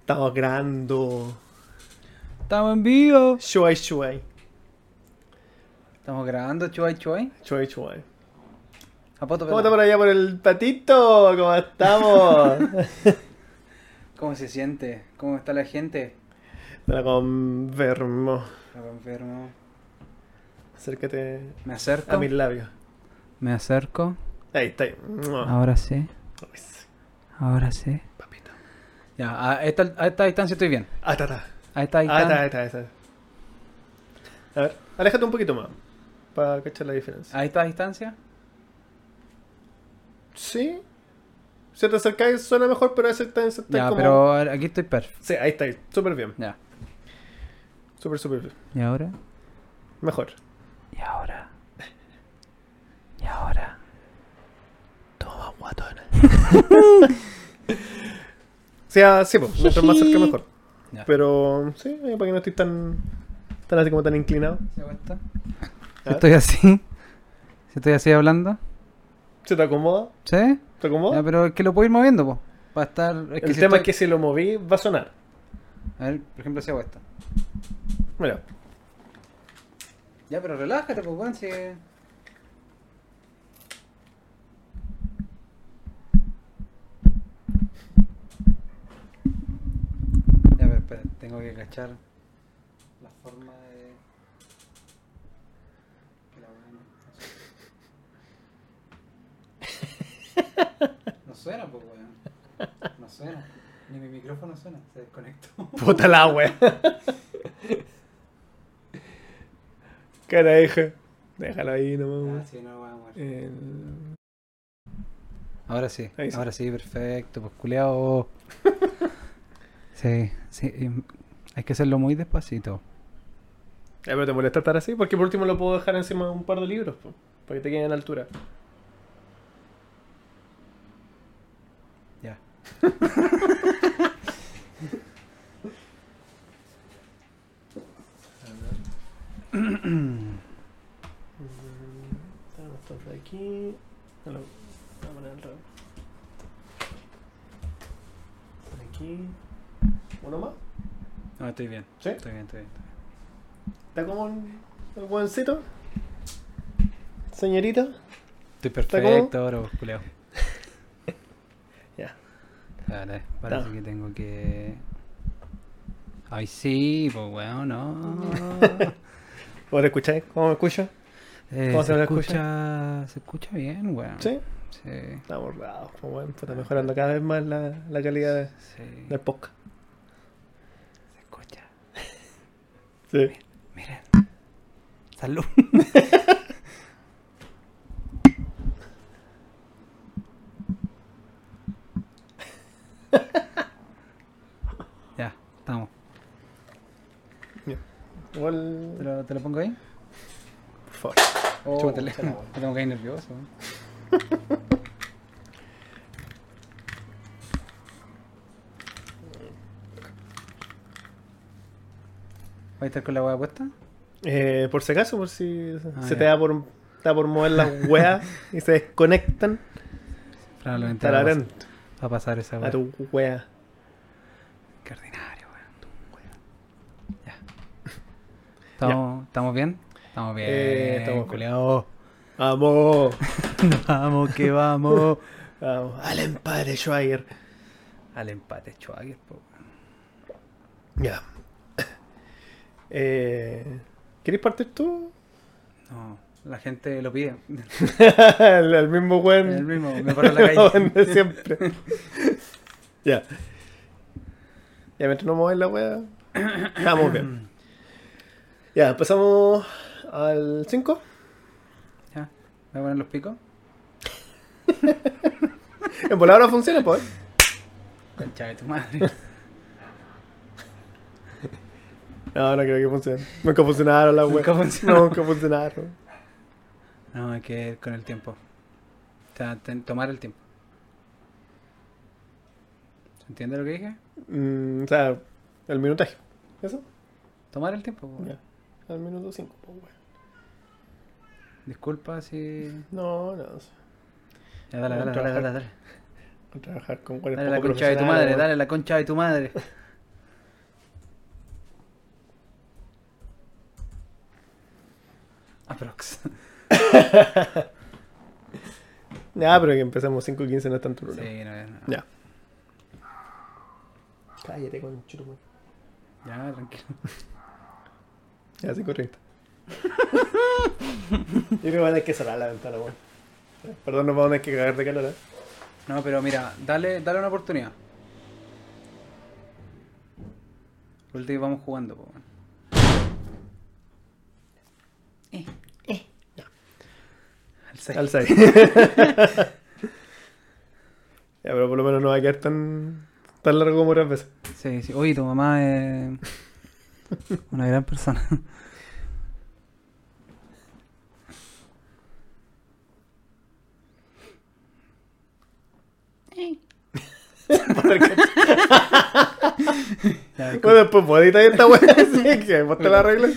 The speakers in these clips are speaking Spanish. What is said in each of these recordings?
Estamos grabando. Estamos en vivo. Shuai Shuai. Estamos grabando, chuay, chuay. Shuai Shuai. A poto ¿Cómo está pelado. por allá por el patito? ¿Cómo estamos? ¿Cómo se siente? ¿Cómo está la gente? Te la confirmo. Estaba enfermo. Acércate Me acerco. a mis labios. Me acerco. Ahí está. ahí. Ahora sí. Ay, sí, Ahora sí. Papito. Ya, a esta, a esta distancia estoy bien. Ah, está, está. A esta Ah, distancia. está, ahí está, ahí está. A ver, aléjate un poquito más. Para cachar la diferencia. A esta distancia. Sí. Si te acercáis suena mejor, pero a veces está está Ya, como... pero aquí estoy perfecto. Sí, ahí está. ahí. Súper bien. Ya. Súper, súper bien. ¿Y ahora? Mejor. ¿Y ahora? ¿Y ahora? Toma guatona. o sea, sí, pues, mientras más cerca mejor. Ya. Pero sí, eh, para que no estoy tan, tan así como tan inclinado. ¿Se cuenta? A ver, Estoy así. Si estoy así hablando. ¿Se te acomoda? ¿Sí? ¿Te Ya, acomoda? pero es que lo puedo ir moviendo, po. Va a estar. Es que ¿Oh? el si tema estoy- es que si lo moví va a sonar. A ver, por ejemplo, si hago esto. Mira, Ya, pero relájate, pues, weón, si... Ya, pero espera, tengo que cachar la forma de... que la weá no- No suena, pues, weón. No suena. Ni mi micrófono suena, se desconectó. puta la wea. Carajo. Déjalo ahí Ah, nomás. sí, no, weón, weón. Eh, Ahora sí, Ahí sí. ahora sí, perfecto, pues culeado. sí, sí, y hay que hacerlo muy despacito. eh, pero te molesta estar así, porque por último lo puedo dejar encima de un par de libros, po, para que te queden en altura. Ya. Vamos a estar de aquí. No lo- voy a poner al revés. Por aquí. ¿Uno más? No, estoy bien. ¿Sí? Estoy bien, estoy bien. estoy bien. ¿Está como un, el buencito? Señorita. Estoy cómodo? perfecto ahora, pues culeado. Ya. Vale, parece que tengo que. Ay, sí, pues weón, no. ¿Vos te escucháis? ¿Cómo me escucho? Eh, ¿Cómo se, se me escucha? Se escucha bien, weón. ¿Sí? Sí, Está borrado. Pues bueno, pues está mejorando cada vez más la, la calidad de- sí. del podcast. Se escucha. Sí. Miren. Salud. ya, estamos. ¿Te Igual. lo, te lo pongo ahí? Por favor. Oh, Chuta te le- la me wea. tengo que ir nervioso. ¿Vas a estar con la hueá puesta? Eh, por si acaso, por si Ah, se ya. te da por, te da por mover las weas y se desconectan, Probablemente va a estarán pas- va a pasar esa a hueá. tu wea. Qué ordinario, weón. Ya. ¿Estamos, ¿Estamos bien? Estamos bien. Eh, estamos bien. culiao. Vamos, vamos, que vamos. vamos, al empate, Schweiger. Al empate, Schwager, po. Ya. Eh, ¿Querés partir tú? No, la gente lo pide. el, el mismo El buen. mismo, me paro en la calle. de siempre. ya. Ya, mientras no mueves la wea. Estamos bien. Ya, pasamos al 5. Ya, ¿Me voy a poner los picos? En volar ahora funciona, pues. Concha de tu madre. No, no creo que funcione. Nunca funcionaron las weas. Nunca funcionó. Nunca funcionaron. No, hay que ir con el tiempo. O sea, ten- tomar el tiempo. ¿Se entiende lo que dije? Mm, o sea, el minutaje. ¿Eso? Tomar el tiempo, po. Ya. Al minuto 5, pues, wea. Disculpa si. No, no. sé. Ya, dale, dale, dale, dale, dale. Trabajar con Dale cuerpos la concha de tu madre, dale la concha de tu madre. Aprox. Ya, pero que empezamos 5.15 no es tanto problema. Sí, no, no. Ya. Cállate con churumo. Ya, tranquilo. Ya, 5.30. Yo creo que van a tener que cerrar la ventana, weón. Perdón, nos vamos a tener que cagar de calor, ¿eh? No, pero mira, dale, dale una oportunidad. Por último vamos jugando, po, weón. Eh. Ya. Al seis. Al 6. ya, pero por lo menos no va a quedar tan, tan largo como otras veces. Sí, sí. Oye, tu mamá es una gran persona. Ya, disculpa. Bueno, después vos editas esta weá, así que vos te la arreglas.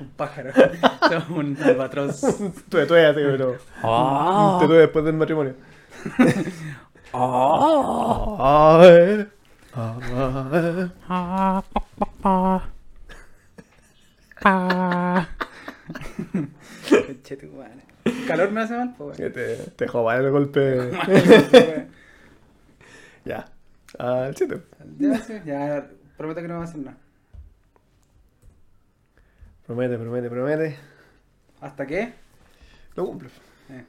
un pájaro. Somos un albatros. Tuve, tuve así, pero. Te tuve después del matrimonio. Ay, ay. Che, tu madre. ¿El Calor me hace mal, Pues po, weón. Que Te, te joba el golpe. Mal, ya. Al 7. weón. Ya, sí, pues, ya, prometo que no me va a hacer nada. Promete, promete, promete. ¿Hasta qué? Lo cumple. Eh.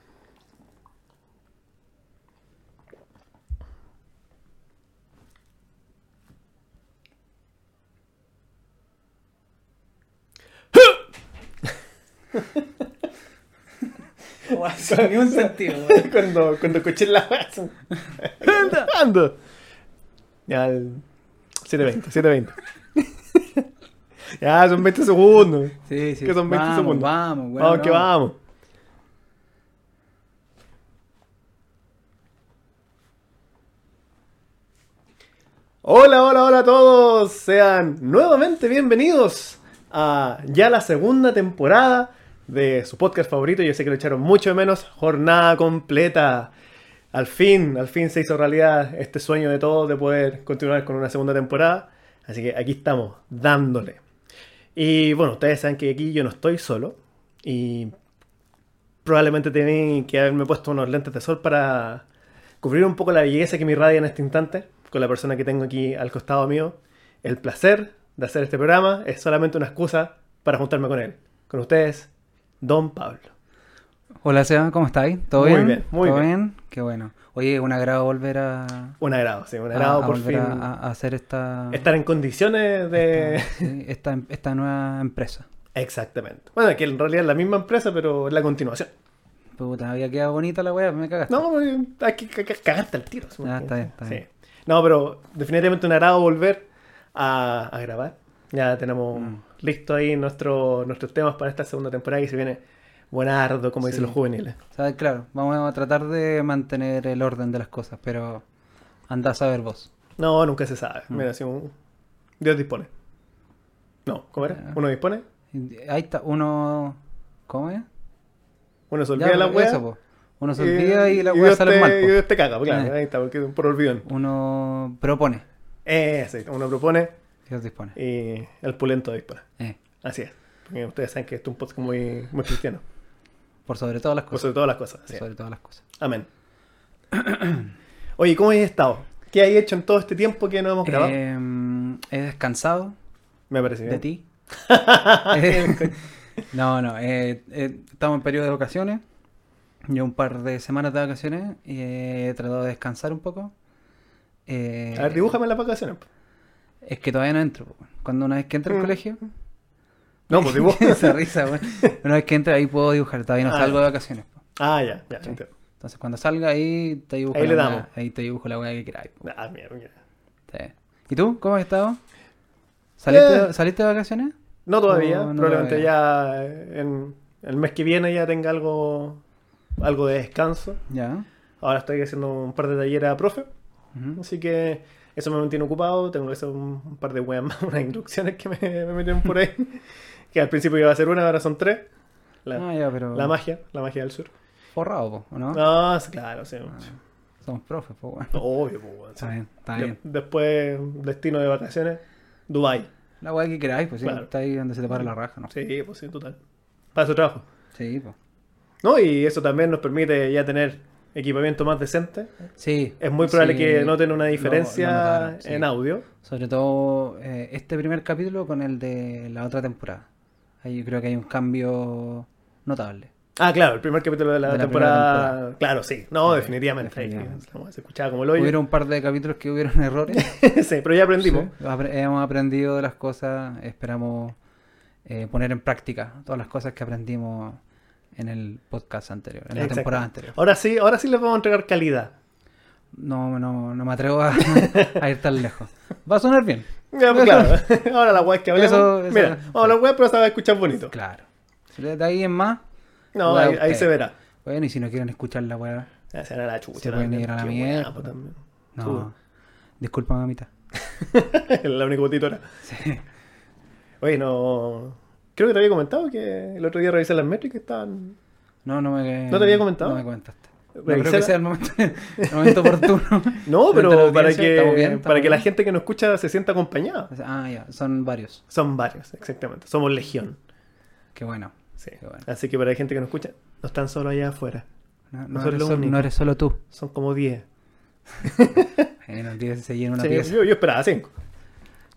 No hace ni un sentido, weón. cuando, cuando escuché la frase. Anda, anda. Ya, el 7.20, 7.20. ya, son 20 segundos. Sí, sí. Que son 20 vamos, segundos. Ah, Vamos, weón. vamos, que vamos. Hola, hola, hola a todos. Sean nuevamente bienvenidos a ya la segunda temporada de su podcast favorito. Yo sé que lo echaron mucho de menos. Jornada completa. Al fin, al fin se hizo realidad este sueño de todos de poder continuar con una segunda temporada. Así que aquí estamos, dándole. Y bueno, ustedes saben que aquí yo no estoy solo. Y probablemente tenía que haberme puesto unos lentes de sol para cubrir un poco la belleza que me irradia en este instante con la persona que tengo aquí al costado mío. El placer de hacer este programa es solamente una excusa para juntarme con él. Con ustedes, Don Pablo. Hola, Seba, ¿cómo estáis? ¿Todo Muy bien? bien, muy ¿Todo bien. Qué bueno. Oye, un agrado volver a. Un agrado, sí, un a- agrado Ah, a por fin volver a- a, a hacer esta. Ah, estar en condiciones de... sí, esta, em- esta nueva empresa. Exactamente. Bueno, que en realidad es la misma empresa, pero es la continuación. Puta, había quedado bonita la weá, me cagaste. No, porque hay que ca- ca- cagarte al tiro. ¿sí? Ah, está bien, está Sí. bien. No, pero definitivamente un agrado volver a, a grabar. Ya tenemos Mm. listo ahí nuestro, nuestros temas para esta segunda temporada que se viene buenardo, como dicen Sí. los juveniles. O sea, claro, vamos a tratar de mantener el orden de las cosas, pero andás a ver vos. No, nunca se sabe. Mm. Mira, si un- Dios dispone. No, ¿cómo era? Ya. Uno dispone, Ahí está, uno. ¿Cómo es? uno se Ya, pues, olvida la wea. eso, po. Uno se y- olvida y la y weá Dios sale te- mal. Y po. Dios te caga, pues, claro, Eh. ahí está, porque por olvidón. Uno propone, Eh, sí, uno propone Dios dispone. y el pulento dispone. Eh, Así es. Porque ustedes saben que esto es un podcast muy, muy cristiano. por sobre todas las Por cosas. sobre todas las cosas. así Por es. sobre todas las cosas. Amén. Oye, ¿cómo has estado? ¿Qué has hecho en todo este tiempo que no hemos grabado? Eh, he descansado Me parece bien. de ti. Eh, no, no. eh, eh, estamos en periodo de vacaciones. Yo un par de semanas de vacaciones y he tratado de descansar un poco. Eh, A ver, dibújame las vacaciones. po. Es que todavía no entro. po. Cuando una vez que entro al Mm. colegio, No, pues esa dibújame. risa, weón. Una vez que entro ahí puedo dibujar. Todavía no Ah, salgo ya. de vacaciones. po. ah, ya, ya. entiendo. Entonces cuando salga ahí te dibujo Ahí la le weá- damos. ahí te dibujo la weá que queráis. po. Ah, mira, mira. Sí. ¿Y tú? ¿Cómo has estado? ¿Saliste, Eh. ¿Saliste de vacaciones? No todavía, No, no probablemente ya en el mes que viene ya tenga algo, algo de descanso. Ya. Ahora estoy haciendo un par de talleres a profe, Ujú. así que eso me mantiene ocupado. Tengo que hacer un, un par de weas más, unas inducciones que me, me metieron por ahí. que al principio iba a ser una, ahora son tres. La, Ah, ya, pero... la magia, la magia del sur. forrado, po, ¿o ¿no? Ah, sí, claro, sí. Somos profes, pues bueno. Obvio, pues, weón. Está bien, está De- bien. Después, destino de vacaciones, Dubai. La weá que queráis, pues sí, Claro. está ahí donde se te para la raja, ¿no? Sí, pues sí, total. Para su trabajo. Sí, pues. ¿No? Y eso también nos permite ya tener equipamiento más decente. Sí. Es muy probable sí, que noten lo- una lo diferencia notaron, sí. en audio. Sobre todo eh, este primer capítulo con el de la otra temporada. Ahí yo creo que hay un cambio notable. Ah, claro, el primer capítulo de la, De la primera temporada... Claro, sí. No, Sí, definitivamente. Ahí, definitivamente. no, se escuchaba como el hoyo. Hubieron un par de capítulos que hubieron errores. sí, pero ya aprendimos. Sí, apre- hemos aprendido de las cosas, esperamos eh, poner en práctica todas las cosas que aprendimos en el podcast anterior, en la Exacto. temporada anterior. Ahora sí, ahora sí les vamos a entregar calidad. No, no, no me atrevo a, a ir tan lejos. Va a sonar bien. Ya, pues, claro. Ahora la web que hablemos. Eso- eso- Mira, vamos a hablar web, pero se va a escuchar bonito. Claro. De ahí en más. No, Wea ahí, ahí usted. se verá. Bueno, y si no quieren escuchar la weá, Ya se hará la chucha. Se pueden ir a la qué mierda. guapo también. no. Tú. Disculpa, mamita. la única botitora. Sí. Oye, no. Creo que te había comentado que el otro día revisé las métricas y estaban. No, no me. ¿No te había comentado? No me comentaste. No creo Revisala. que sea el momento, el momento oportuno. No, Frente a la pero para audiencia, que, estamos bien, estamos para que la bien. gente que nos escucha se sienta acompañada. Ah, ya, son varios. Son varios, exactamente. Somos legión. Qué bueno. Sí. Qué bueno. Así que para la gente que nos escucha, no están solo allá afuera. No, No no soy eres, lo sol- único. no eres solo tú. Eh, Son como 10. En el día se llena una Sí, pieza. yo, yo esperaba 5.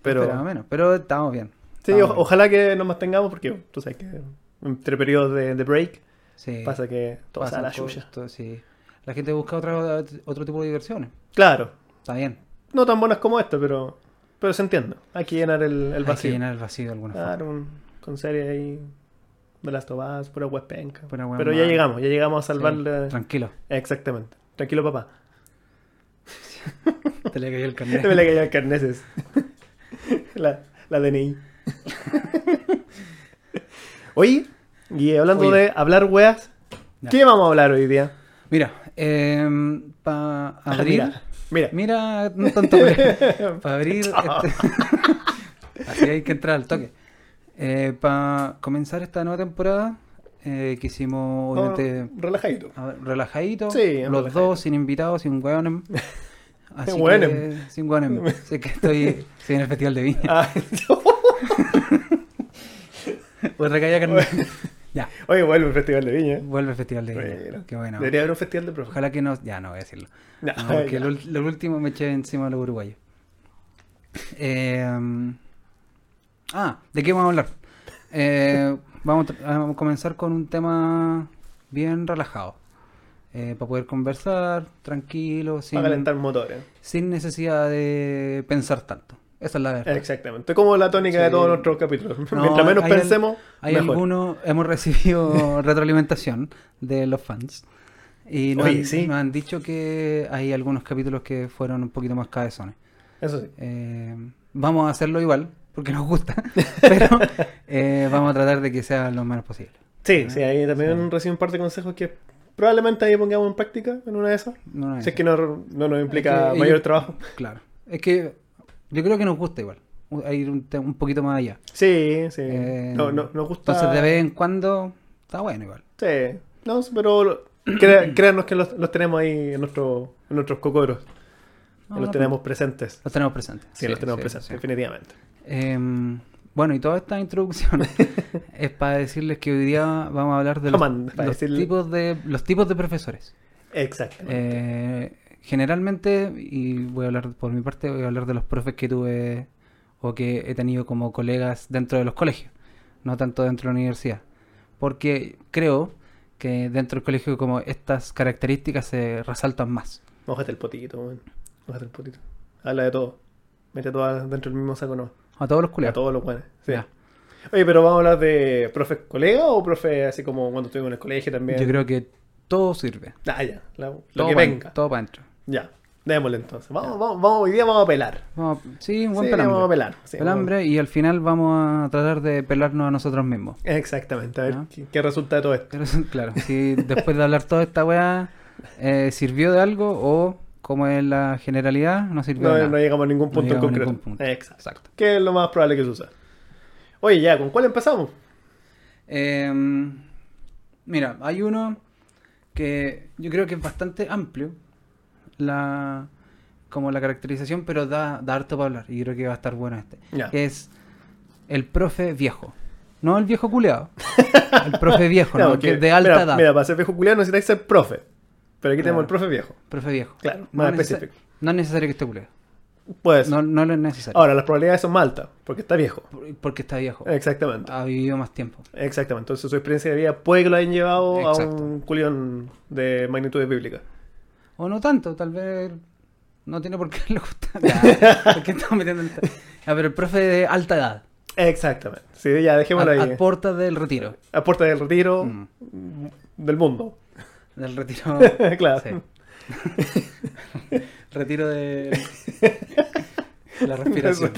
Pero. Esperaba menos, pero estamos bien. Sí, Estamos o- bien. ojalá que nos mantengamos porque tú sabes que entre periodos de, de break Sí, pasa que todo se da pasan la cosas, suya. todo- sí. La gente busca otra- otro tipo de diversiones. Claro, Está bien. no tan buenas como esta, pero, pero se entiende. Hay que llenar el, el Hay que vacío. Ah, llenar el vacío de alguna forma. Claro, un- con serie ahí de las tobadas, pura huespenca. Pura hueá Pero ya mala. llegamos, ya llegamos a Sí, salvarle. tranquilo. Exactamente. Tranquilo, papá. Te le cayó el carnet. Te me la cayó el carneses. la, la DNI. Oye, y hablando Oye. de hablar weas, Ya. ¿qué vamos a hablar hoy día? Mira, para Ah, abrir. Mira, mira. Mira, no tanto. Para abrir. este- Así hay que entrar al toque. para comenzar esta nueva temporada, eh, quisimos, obviamente, Oh, relajadito. A ver, relajadito. Sí, los relajadito. dos sin invitados, sin hueonem. Así Sin hueonem. que- sin hueonem. Sé que estoy, estoy en el Festival de Viña. Ah, Pues recaía carne. ya, Oye, vuelve el Festival de Viña. eh. vuelve el Festival de Viña. Bueno. Qué bueno. Debería haber un festival de profes. Ojalá que no. Ya, no voy a decirlo. No, No, porque Ah, ya. lo, ul- lo último me eché encima de los uruguayos. Eh, ah, ¿de qué vamos a hablar? Eh, vamos, a- vamos a comenzar con un tema bien relajado. Eh, para poder conversar tranquilo, sin, Para calentar motores. sin necesidad de pensar tanto. Esa es la Eh, verdad. Exactamente. Como la tónica de Sí. todos nuestros capítulos. No, Mientras menos hay al- pensemos, Hay mejor. algunos, hemos recibido retroalimentación de los fans. Y nos, Oye, han, sí. nos han dicho que hay algunos capítulos que fueron un poquito más cabezones. Eso sí. Eh, vamos a hacerlo igual, porque nos gusta, pero eh, vamos a tratar de que sea lo menos posible. Sí, sí, ahí también recibo un par de consejos que probablemente ahí pongamos en práctica en una de esas. No, Si es que no, no nos Ah, Es implica que mayor ellos- trabajo. Claro. Es que yo creo que nos gusta igual, u- a ir un, te- un poquito más allá. Sí, sí. Eh, no, no, nos gusta. Entonces, de vez en cuando, está bueno igual. Sí. No, pero lo- crea- créanos que los, los tenemos ahí en, nuestro, en nuestros cocoros. No, los no, tenemos presentes. Los tenemos presentes. Sí, los tenemos presentes, Ah, sí. definitivamente. Em, bueno, y toda esta introducción es para decirles que hoy día vamos a hablar de los, Command, para los decirle- tipos, de, los tipos de profesores. Exactamente. Eh, generalmente, y voy a hablar por mi parte, voy a hablar de los profes que tuve o que he tenido como colegas dentro de los colegios, no tanto dentro de la universidad. Porque creo que dentro del colegio como estas características se resaltan más. Mójate el potito, weón. Mójate el potito. Habla de todo. Mete todo dentro del mismo saco nomás. A todos los A culiados. todos los buenos. Sí. Ya. Oye, pero vamos a hablar de profes colega o profe así como cuando estuvimos en el colegio también. Yo creo que todo sirve. Ah, ya. La- lo todo que pa- venga. Todo para adentro. Ya. Démosle entonces. Vamos, vamos, vamos, hoy día vamos a pelar. Vamos- sí, un buen Sí, pelambre. vamos a pelar. Sí, Pelambre, y al final vamos a tratar de pelarnos a nosotros mismos. vamos- Exactamente. A ver Ya. qué, qué resulta de todo esto. Pero son- claro, si después de hablar toda esta weá, eh, ¿sirvió de algo o, como es la generalidad, no sirvió de No, nada? no llegamos a ningún No punto en llegamos a concreto. ningún punto. Exacto. Exacto. ¿Qué es lo más probable que suceda? Oye, ya, ¿con cuál empezamos? Eh, mira, hay Em, uno que yo creo que es bastante amplio la como la caracterización, pero da, da harto para hablar y creo que va a estar bueno este. Ya. Que es el profe viejo. No el viejo culeado. El profe viejo, No, ¿no? porque, Que de alta mira, edad. Mira, para ser viejo culiado necesitáis ser profe. Pero aquí tenemos Claro. el profe viejo. Profe viejo. Claro, no más es necesa- específico. No es necesario que esté culeado. Pues, No, no lo es necesario. ahora las probabilidades son más altas, porque está viejo. Por- Porque está viejo. Exactamente. Ha vivido más tiempo. Exactamente. Entonces su experiencia de vida puede que lo hayan llevado a Exacto. un culión de magnitudes bíblicas. O no tanto, tal vez no tiene por qué le gustar. Ya, ¿por qué estamos metiendo el- Ya, pero el profe de alta edad. Exactamente. Sí, ya dejémoslo A, ahí. a puertas del retiro. A puerta del retiro Mm, del mundo. del retiro. Claro. sí. retiro de. La respiración.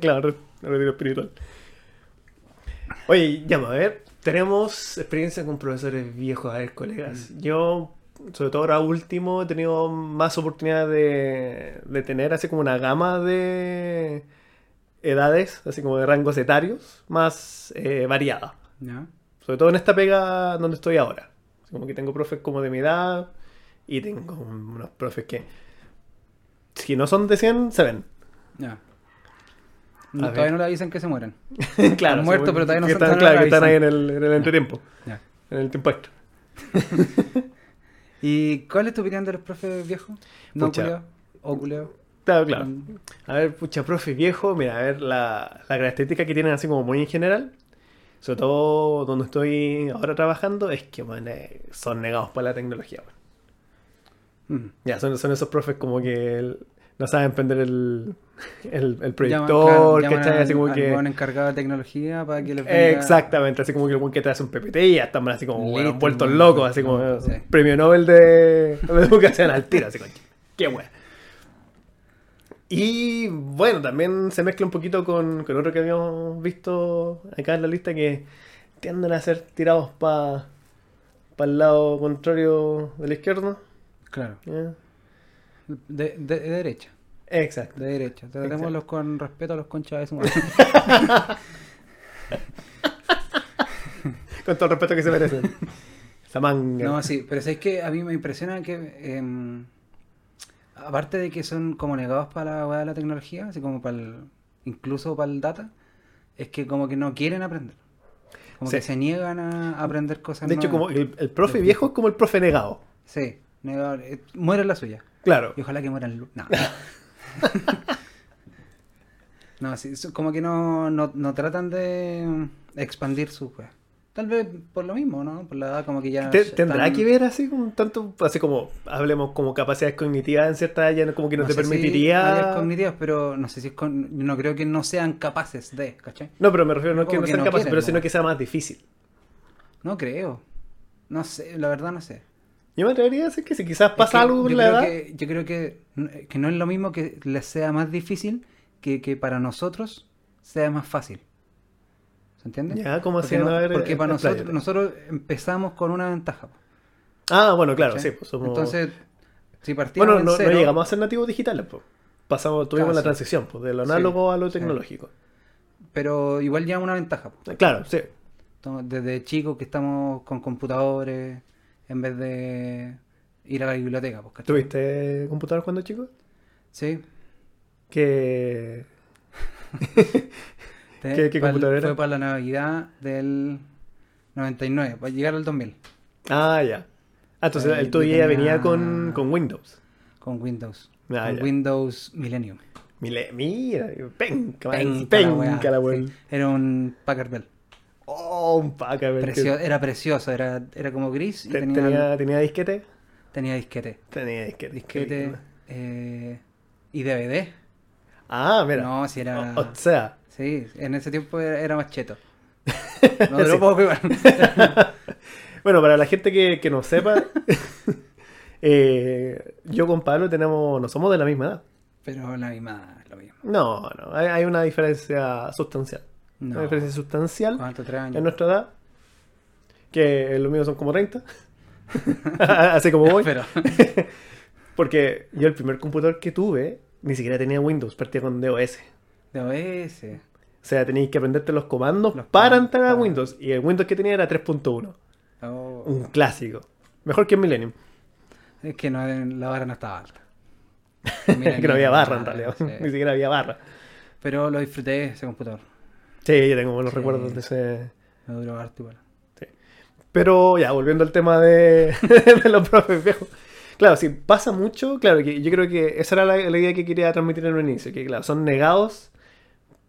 claro, el retiro espiritual. Oye, llama, a ver. Tenemos experiencia con profesores viejos, a ver, colegas. Yo, sobre todo ahora último, he tenido más oportunidad de, de tener así como una gama de edades, así como de rangos etarios, más eh, variada. ¿Ya? Sobre todo en esta pega donde estoy ahora. Así Como que tengo profes como de mi edad y tengo unos profes que, si no son de 100, se ven. Ya. No, A todavía ver. no le avisan que se mueran. claro, Están muertos, sí, pero todavía no que son- están, todavía no claro, que están ahí en avisan. el, en el entretiempo, Ya. en el tiempo extra. ¿Y cuál es tu opinión de los profes viejos? ¿No Pucha. culeado? ¿O culeado? Claro, claro. Mm, A ver, pucha, profe viejo, mira, a ver, la, la característica que tienen así como muy en general, sobre todo donde estoy ahora trabajando, es que, bueno, eh, son negados para la tecnología, bueno. mm. Ya, son, son esos profes como que el- no saben prender el, el, el Llaman, proyector, claro, ¿cachai? llaman Así como al- que... al weón encargado de tecnología para que les venga- Exactamente, así como que el buen que te hace un PPT y ya están así como Listo, bueno, vueltos bueno, locos, así como no, sí. premio Nobel de, de educación al tiro, así como, qué bueno. Y bueno, también se mezcla un poquito con, con otro que habíamos visto acá en la lista que tienden a ser tirados para el lado contrario de la izquierda. Claro. ¿eh? De, de- de derecha, Exacto. de derecha. Tratémoslos con respeto a los conchas de su madre. Con todo el respeto que se merecen. Esa manga. No, sí, pero es que a mí me impresiona que, em, aparte de que son como negados para la weá de la tecnología, así como para el, incluso para el data, es que como que no quieren aprender. Como Sí. que se niegan a aprender cosas de hecho, nuevas. como el, el profe viejo es como el profe negado. Sí, negar, eh, muera la suya. Claro. Y ojalá que mueran luz. No. no, sí, so- como que no, no, no tratan de mm, expandir su juego. Tal vez por lo mismo, ¿no? Por la edad como que Ah, ya... Te- ya ¿Tendrá están- que ver así con tanto, así como hablemos como capacidades cognitivas en cierta edad, ya no- como que no, te sé si permitiría... áreas cognitivas, pero no sé si es con... No creo que no sean capaces de, ¿cachai? No, pero me refiero no Como que no que sean no capaces, quieren, pero ¿no? sino que sea más difícil. No creo. No sé, la verdad no sé. Yo me atrevería a decir que si quizás pasa Es que algo yo con la creo edad... que- yo creo que, n- que no es lo mismo que les sea más difícil que, que para nosotros sea más fácil. ¿Se entiende? Ya, ¿cómo porque hacían? no- A ver, eh, porque para expláyate. nosotros, nosotros empezamos con una ventaja. Ah, bueno, claro, ¿cachai? sí. pues somos- Entonces, si partimos bueno, en no, no cero, llegamos a ser nativos digitales, pues. Pasamos, tuvimos la Casi. transición, pues, de lo Sí, análogo a lo sí. tecnológico. Ah, pero igual ya una ventaja. po. Claro, sí. Entonces, Desde chicos que estamos con computadores en vez de ir a la biblioteca. po, ¿cachai? ¿Tuviste computador cuando chico? Sí. Que... Te- ¿Qué- qué pa'l- computador era? Fue para la Navidad del 99, para llegar al 2000. Ah, ya. Ah, entonces Eh, el yo tuyo ya venía tenía- con, con Windows. Con Windows. Ah, con ya. Windows Millennium. Mile- Mira, penca, man, Penca la weá, penca la weá. sí. Era un Packard Bell. Oh, un paca, a ver, que Precio- era precioso, era, era como gris y te- tenía, tenía, tenía disquete. tenía disquete. Tenía disquete. qué Disquete lindo. eh, y DVD. Ah, mira. No, si era. O, o sea, Sí, en ese tiempo era, era más cheto. No Sí. te lo puedo jugar. bueno, para la gente que, que no sepa, eh, yo con Pablo tenemos, no somos de la misma edad. Pero la misma, lo mismo. No, no, hay, hay una diferencia sustancial. Una No. diferencia sustancial ¿Cuánto? ¿Tres en años? nuestra edad, que los míos son como 30. Así como voy. Pero, Porque yo el primer computador que tuve ni siquiera tenía Windows, partía con DOS. de OS. O sea, tenéis que aprenderte los comandos Los para comandos, entrar a para- Windows. Y el Windows que tenía era 3.1. Oh. Un clásico. Mejor que en Millennium. Es que no, la barra no estaba alta. que no había barra en realidad. sí. Ni siquiera había barra. Pero lo disfruté ese computador. Sí, yo tengo buenos Sí. recuerdos de ese. Me duró harto igual. Pero ya, volviendo al tema de, de los profes viejos. Claro, si pasa mucho, claro, que yo creo que esa era la, la idea que quería transmitir en un inicio, que claro, son negados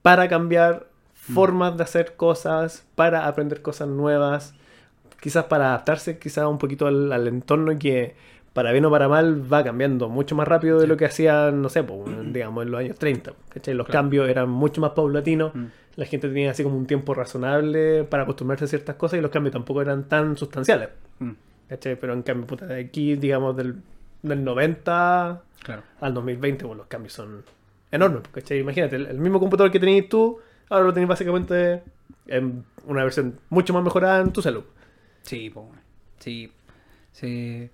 para cambiar Mm. formas de hacer cosas, para aprender cosas nuevas, quizás para adaptarse quizás un poquito al, al entorno que para bien o para mal va cambiando mucho más rápido de Sí. lo que hacían, no sé, pues, digamos en los años 30, ¿cachai? Los Claro. cambios eran mucho más paulatinos, Mm. la gente tenía así como un tiempo razonable para acostumbrarse a ciertas cosas y los cambios tampoco eran tan sustanciales. Mm. ¿cachai? Pero en cambio, puta, de aquí, digamos, del, del 90 Claro. al 2020, bueno, los cambios son enormes. ¿cachai? Imagínate, el, el mismo computador que tenías tú, ahora lo tenés básicamente en una versión mucho más mejorada en tu salud. Sí, po, weón. sí, sí.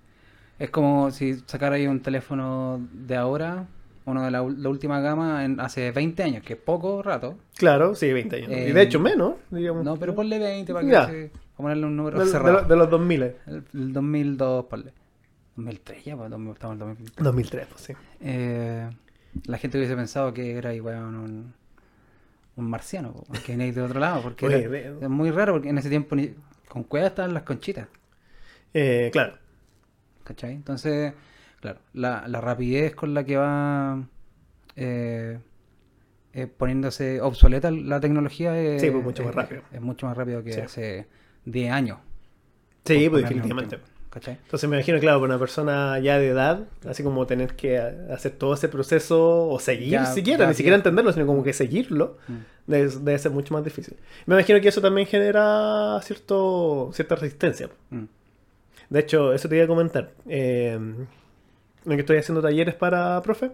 Es como si sacara ahí un teléfono de ahora, uno de la, ul- la última gama, en, hace 20 años, que es poco rato. Claro, sí, 20 años. y de Eh, hecho, menos, digamos. No, pero ponle 20 para que Ya. se- vamos a ponerle un de, número de cerrado. lo- de los 2000. El, el 2002, ponle. 2003 ya, pues, 2000 estamos en 2003. 2003, pues sí. Eh, la gente hubiese pensado que era ahí, weón, un, un marciano, po, que venía de otro lado, porque Oye, era- de- es muy raro, porque en ese tiempo ni- con cueva estaban las conchitas. Eh, claro. ¿Cachai? Entonces, claro, la, la rapidez con la que va eh, eh, poniéndose obsoleta la tecnología es, Sí, pues, mucho más es- rápido. es mucho más rápido que Sí. hace 10 años. Sí, por pues ponerle un definitivamente. tiempo, ¿Cachai? Entonces me imagino, claro, para una persona ya de edad, así como tener que hacer todo ese proceso o seguir Ya- siquiera, ya ni siquiera bien. entenderlo, sino como que seguirlo, Mm. debe, debe ser mucho más difícil. Me imagino que eso también genera cierto, cierta resistencia. Mm. De hecho, eso te iba a comentar. Eh, en que estoy haciendo talleres para profe.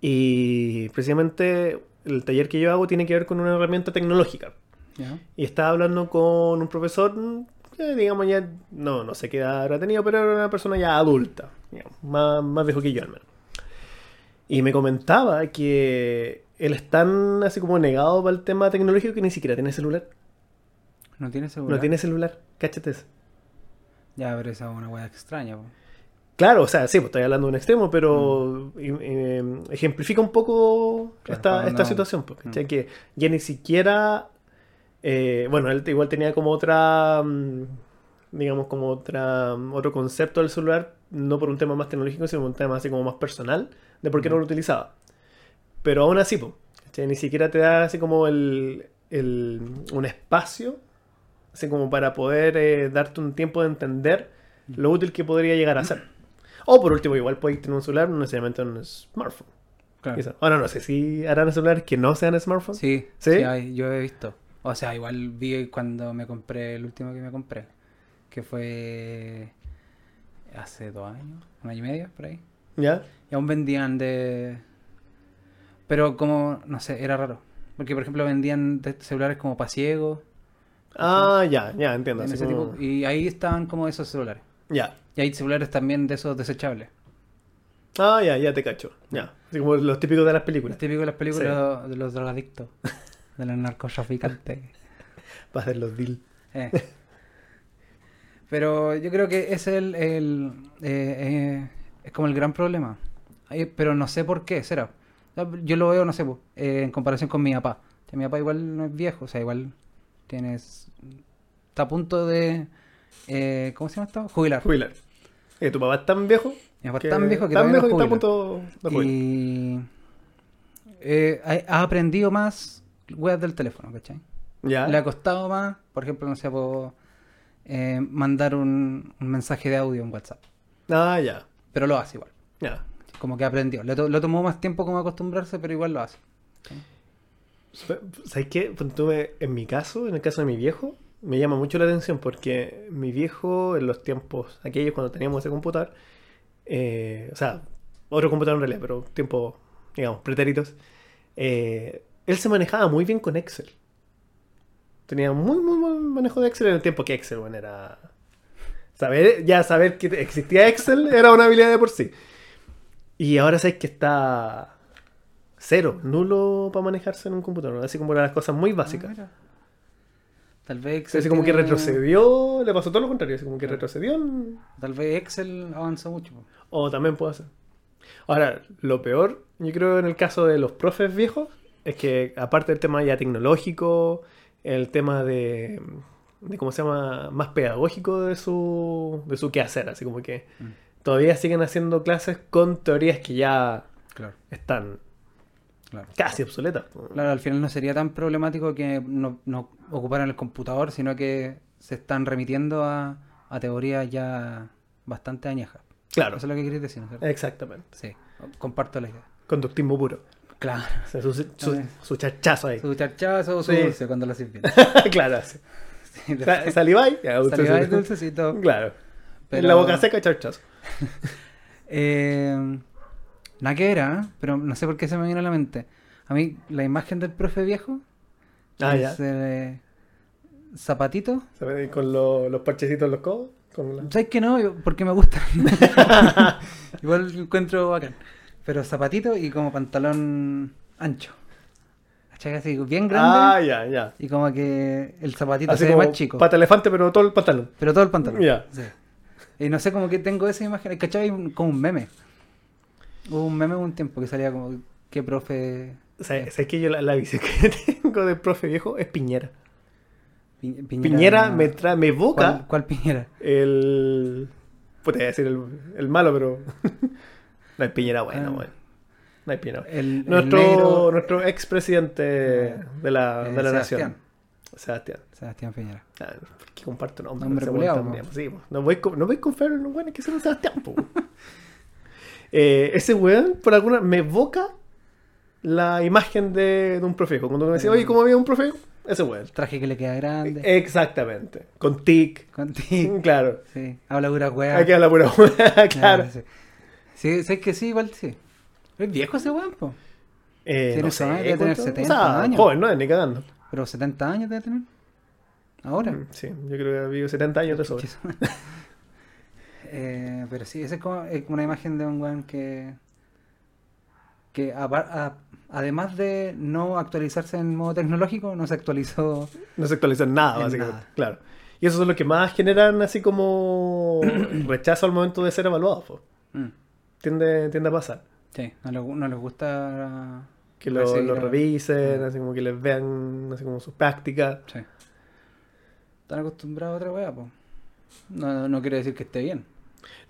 Y precisamente el taller que yo hago tiene que ver con una herramienta tecnológica. ¿Ya? Y estaba hablando con un profesor, mm, que digamos ya, no, no sé qué edad habrá tenido, pero era una persona ya adulta, digamos, más, más viejo que yo al menos. Y me comentaba que él es tan así como negado para el tema tecnológico que ni siquiera tiene celular. ¿No tiene seguridad? No tiene celular, cáchate. eso. Ya, pero esa es una hueá extraña. po. Claro, o sea, sí, pues estoy hablando de un extremo, pero eh, eh, ejemplifica un poco Claro, esta, para esta una- situación, pues, ¿cachai? Que ya ni siquiera, eh, bueno, él igual tenía como otra, mm, digamos, como otra, otro concepto del celular, no por un tema más tecnológico, sino un tema así como más personal, de por qué no Ujú. lo utilizaba. Pero aún así, pues, ¿cachai? Ni siquiera te da así como el, el- un espacio, así como para poder eh, darte un tiempo de entender Mm. lo útil que podría llegar a ser. O por último, igual podéis tener un celular, no necesariamente un smartphone. Claro. quizá. Ahora no sé si harán celulares que no sean smartphones. Ah. Sí, ¿Sí? ¿Sí? hay- yo he visto. O sea, igual vi cuando me compré el último que me compré, que fue hace dos años, un año y medio, por ahí. ¿Ya? Y aún vendían de... Pero como, no sé, era raro. Porque, por ejemplo, vendían de- celulares como para ciegos. Ah, ya, ya, entiendo. en así ese como- tipo, y ahí estaban como esos celulares. Ya. Y hay celulares también de esos desechables. Ah, ya, ya te cacho. Ya. Así como los típicos de las películas. Los típicos de las películas de los drogadictos, de los narcotraficantes. Para hacer los deal. Eh. Pero yo creo que es el, el, eh, eh, es como el gran problema. Ay, Pero no sé por qué, será. Ah, Yo lo veo, no sé, po, eh, en comparación con mi papá. Que Mi papá igual no es viejo, o sea, igual tienes está a punto de eh, ¿cómo se llama esto? Jubilar. Jubilar. Eh, tu papá es tan viejo. Mi papá es tan viejo que tan todavía viejo no que está a punto jubila. de jubilar. Y eh, ha, ha aprendido más weas del teléfono, ¿cachai? Ya. le ha costado más, por ejemplo, no sé, po, eh, mandar un, un mensaje de audio en WhatsApp. Ah, ya. Pero lo hace igual. Ya. Como que aprendió. Le to- lo tomó más tiempo como acostumbrarse, pero igual lo hace. ¿Sabes qué? Pues tú me- en mi caso, en el caso de mi viejo, me llama mucho la atención porque mi viejo, en los tiempos aquellos cuando teníamos ese computador, eh, o sea, otro computador en realidad, pero tiempo, digamos, pretéritos, eh, él se manejaba muy bien con Excel. Tenía muy, muy buen manejo de Excel en el tiempo que Excel, bueno, era... Saber, ya saber que existía Excel era una habilidad de por sí. Y ahora sabes que está cero, nulo para manejarse en un computador. Así como eran las cosas muy básicas. Ah, mira. Tal vez Excel. Así como que tiene- retrocedió, le pasó todo lo contrario, así como que retrocedió. en- Tal vez Excel avanzó mucho. po. O también puede ser. Ahora, lo peor, yo creo en el caso de los profes viejos, es que aparte del tema ya tecnológico, el tema de, de cómo se llama, más pedagógico de su, de su quehacer, así como que Mm. todavía siguen haciendo clases con teorías que ya Claro, están claro. casi obsoletas. Claro, al final no sería tan problemático que no, no ocuparan el computador, sino que se están remitiendo a, a teorías ya bastante añejas. Claro, Eh. Eso es lo que queréis decir, ¿no es cierto? exactamente. Sí, comparto la idea. Conductismo puro. Claro. O sea, su, su- su chachazo ahí. Su charchazo, su Sí. dulce cuando lo sirven. claro, sí. Sí, de- Sa- Saliváis, ya, saliva de dulcecito. dulcecito. Claro. Pero- En la boca seca, chachazo. Eh, nada que era, ¿eh? pero no sé por qué se me vino a la mente. A mí la imagen del profe viejo Ah, ya. es eh, zapatito. Se ven ahí Con lo- los parchecitos en los codos. Con la- ¿Sabes que no? Yo- Porque me gusta. Igual lo encuentro bacán. Pero zapatito y como pantalón ancho. ¿Cachai? Así, bien Ah, grande. ya, ya. Y como que el zapatito Así se ve como más chico. pata elefante, pero todo el pantalón. Pero todo el pantalón. Ya. Sí. Y no sé, como que tengo esa imagen. ¿Cachai? Un- Como un meme. Hubo un meme un tiempo que salía como, ¿qué profe? O sea, ¿Sabes que yo la, la visión que tengo del profe viejo es Piñera? Pi- Piñera, me, tra me ¿Cuál, evoca cuál Piñera? el... Puta, iba a decir el, el malo, pero... no hay Piñera bueno, Ah. bueno. No hay Piñera bueno. El, el Nuestro, negro, nuestro expresidente de la, eh, de la Sebastián. nación. Sebastián. Sebastián Piñera. Ah, ¿por qué comparto nombre? Nombre Ese weón culiao, también, pues, po. sí, po. no voy, con- no voy a confiar en un weón que se llama Sebastián, po. Eh, ese weón, por alguna, me evoca la imagen de, de un profejo. Cuando me decía, Eh. oye, ¿cómo había un profejo? Ese weón. E, El traje que le queda grande. Eh, Exactamente. Con tic. Contigo. Claro. Sí, habla pura weá. Aquí habla pura weá, claro. Ah, sí. Sí, sé que sí, igual sí. Es viejo ese weón, po. Eh, Tiene no esa edad, debe sé, tener ¿cuánto? 70 o sea, años. joven, ¿no? Ni cagando. Mm, Pero 70 años debe tener. Ahora. Sí, yo creo que vivo 70 años de sobra. Eh, pero sí, esa es como es una imagen de un weón que. que apar- a- además de no actualizarse en modo tecnológico, no se actualizó. No se actualizan nada, En básicamente. nada. Claro. Y eso es lo que más generan así como rechazo al momento de ser evaluados. po. Mm, Tiende, tiende a pasar. sí, no, le gu- no les gusta. Que lo, recibir lo a- revisen, Mm. así como que les vean así como sus prácticas. Sí. Están acostumbrados a otra weá, po. No, no quiere decir que esté bien,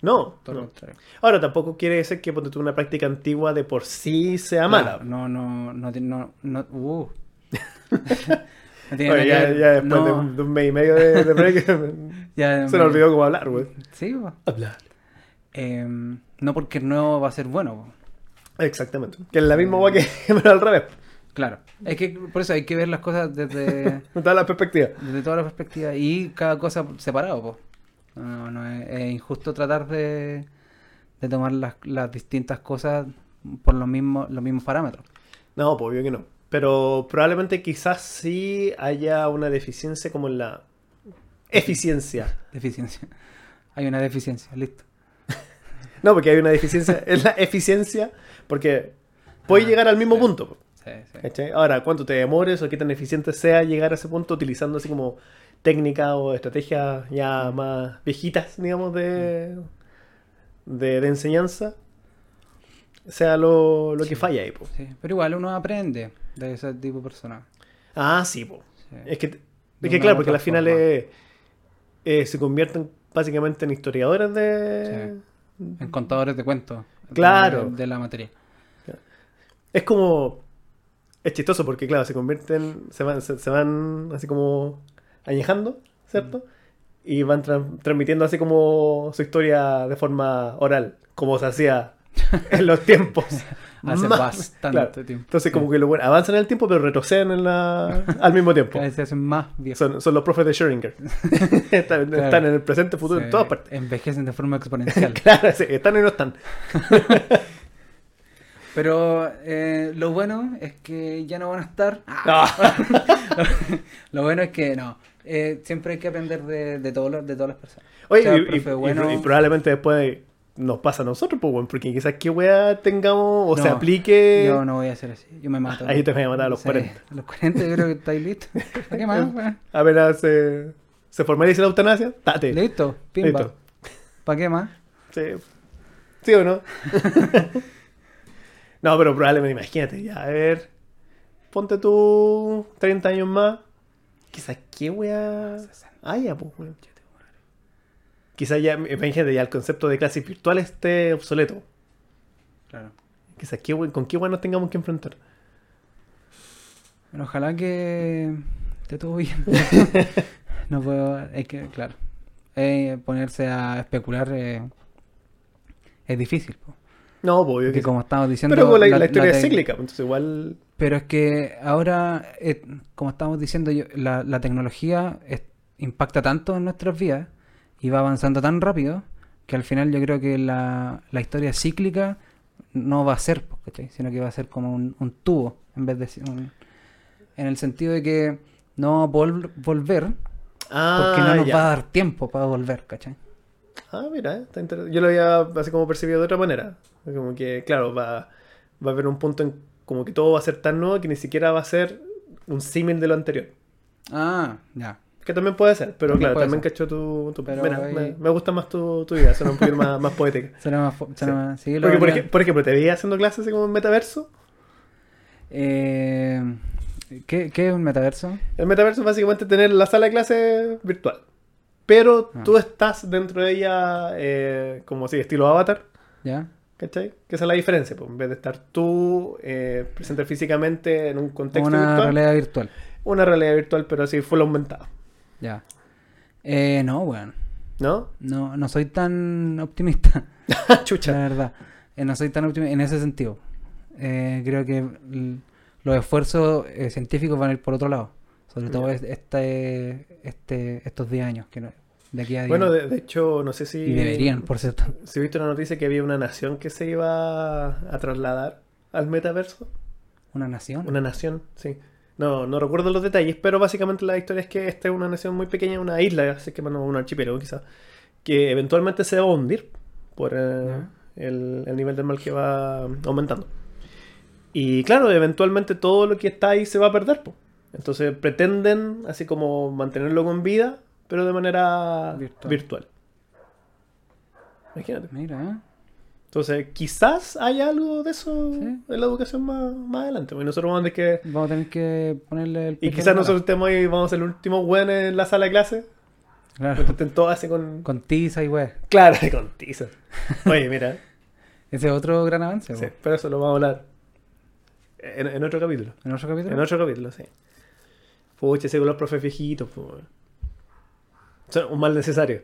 No, todo lo no. contrario. Ahora, tampoco quiere decir que ponte tú una práctica antigua de por sí sea mala. Claro, No, no, no, ti- no, no, uh. No tiene Oye, nada ya, que ver, ya después no, de, un, de un mes y medio de, de break, ya se me- nos olvidó cómo hablar, güey. Sí, po. Hablar. Em, no porque el nuevo va a ser bueno, po. Exactamente. Que es la misma Eh. guay que, pero al revés. claro. Es que por eso hay que ver las cosas desde, Todas las perspectivas. desde todas las perspectivas y cada cosa separado, po. No, no, es, es injusto tratar de, de tomar las, las distintas cosas por los mismos, los mismos parámetros. No, pues obvio que no. Pero probablemente quizás sí haya una deficiencia como en la eficiencia. Deficiencia. Hay una deficiencia, listo. No, porque hay una deficiencia en la eficiencia, porque puedes Ah, llegar al mismo sí. punto. Sí, sí. ¿cachai? Ahora, cuánto te demores o qué tan eficiente sea llegar a ese punto utilizando así como técnicas o estrategias ya más viejitas, digamos, de, de, de enseñanza, sea lo, lo que Sí. falla ahí. po. Sí, Pero igual uno aprende de ese tipo de personas. Ah, sí, po. Sí. Es que, De es que una claro, u porque otra al final forma. eh, eh, se convierten básicamente en historiadores de... En contadores de cuentos. de- Claro. De, la materia. Es como... Es chistoso porque, claro, se convierten, se van, se, se van así como añejando, ¿cierto? Mm. Y van tran- transmitiendo así como su historia de forma oral, como se hacía en los tiempos. Hace Más- bastante claro. tiempo. Entonces como que lo bueno, avanzan en el tiempo, pero retroceden en la, al mismo tiempo. Cada vez se hacen más viejos. Son, son los profes de Schrödinger. están, Claro. están en el presente, futuro, Se en todas partes. Envejecen de forma exponencial. Claro, sí, están y no están. Pero eh, lo bueno es que ya no van a estar. Ah. Ah. lo bueno es que no. Eh, siempre hay que aprender de, de, todos los- de todas las personas. Oye, O sea, y, y- profe, y- bueno. y probablemente después nos pasa a nosotros, pues, weón, porque quizás qué weá tengamos o se No, aplique. Yo no voy a hacer así. Yo me mato. Eh. Ahí te voy a matar a los Sí, 40. A los 40 yo creo que estáis listos. ¿Para qué más? weón? Apenas ah, se, se formalice la eutanasia, tate. Listo, pimba. Listo. ¿Para qué más? Sí. ¿Sí o no? no, pero probablemente, imagínate, ya, a ver. Ponte tú 30 años más. Quizás qué weá. Ah, ya, pues, weón. Quizás ya, imagínate, ya el concepto de clases virtuales esté obsoleto. Claro. Quizás qué we- con qué weá nos tengamos que enfrentar. Pero ojalá que te todo bien. no puedo, es que, claro, eh, ponerse a especular eh, es difícil. po. No, pues, obvio que Porque sí. como estamos diciendo... Pero la, la historia tec- es cíclica, pues, entonces igual. Pero es que ahora, eh, como estamos diciendo, yo- la, la tecnología es- impacta tanto en nuestras vidas y va avanzando tan rápido que al final yo creo que la, la historia cíclica no va a ser, pues, ¿cachai? sino que va a ser como un, un tubo en vez de... si- un- en el sentido de que no va a vol- volver Ah, porque no nos ya. va a dar tiempo para volver, ¿cachai? Ah, mira, está inter- yo lo había así como percibido de otra manera. Como que, claro, va, va a haber un punto en como que todo va a ser tan nuevo que ni siquiera va a ser un símil de lo anterior. Ah, ya. Que también puede ser, pero También claro, puede también ser. cacho tu... tu- Pero mira, ahí- me, me gusta más tu, tu idea, suena un poquito más, más poética. Será más... fu- Sí. suena más- sí, lo Porque, por, habría- ej- por ejemplo, te veía haciendo clases así como en metaverso. Eh, ¿qué, ¿Qué es un metaverso? El metaverso es básicamente tener la sala de clases virtual. Pero Ah. tú estás dentro de ella eh, como así, estilo avatar. ¿Ya? ¿Cachai? Que esa es la diferencia, pues, en vez de estar tú eh, presente físicamente en un contexto una virtual, realidad virtual. una realidad virtual, pero así full aumentada, Ya. Eh, no, weón. ¿no? No, no soy tan optimista, la Chucha. verdad. Eh, no soy tan optimista en ese sentido. Eh, creo que l- los esfuerzos eh, científicos van a ir por otro lado. Sobre todo Ya. es- este, este, estos 10 años. Que no- de aquí a 10 Bueno, años. de, de hecho, no sé si. Y deberían, por cierto. Si viste una noticia que había una nación que se iba a trasladar al metaverso. Una nación. Una nación, sí. No, no recuerdo los detalles, pero básicamente la historia es que esta es una nación muy pequeña, una isla, así que bueno, un archipiélago quizás, que eventualmente se va a hundir por eh, Ya. el, el nivel del mar que va mm, aumentando. Y claro, eventualmente todo lo que está ahí se va a perder. po. Entonces pretenden así como mantenerlo con vida, pero de manera virtual. Virtual. Imagínate. Mira, ¿eh? Entonces quizás haya algo de eso Sí. en la educación más, más adelante. pues, Y nosotros vamos a tener que Vamos a tener que ponerle el... y pecho a quizás la nosotros estemos ahí, vamos a ser el último weón en la sala de clase. bala. Claro. Mientras estén todos así con. Con tiza y weón. Claro, con tiza. Oye, mira. Ese es otro gran avance, sí, weón. pero eso lo vamos a hablar en, en otro capítulo. En otro capítulo. En otro capítulo, sí. Pucha, ese con los profes viejitos, pues. weón. Son un mal necesario.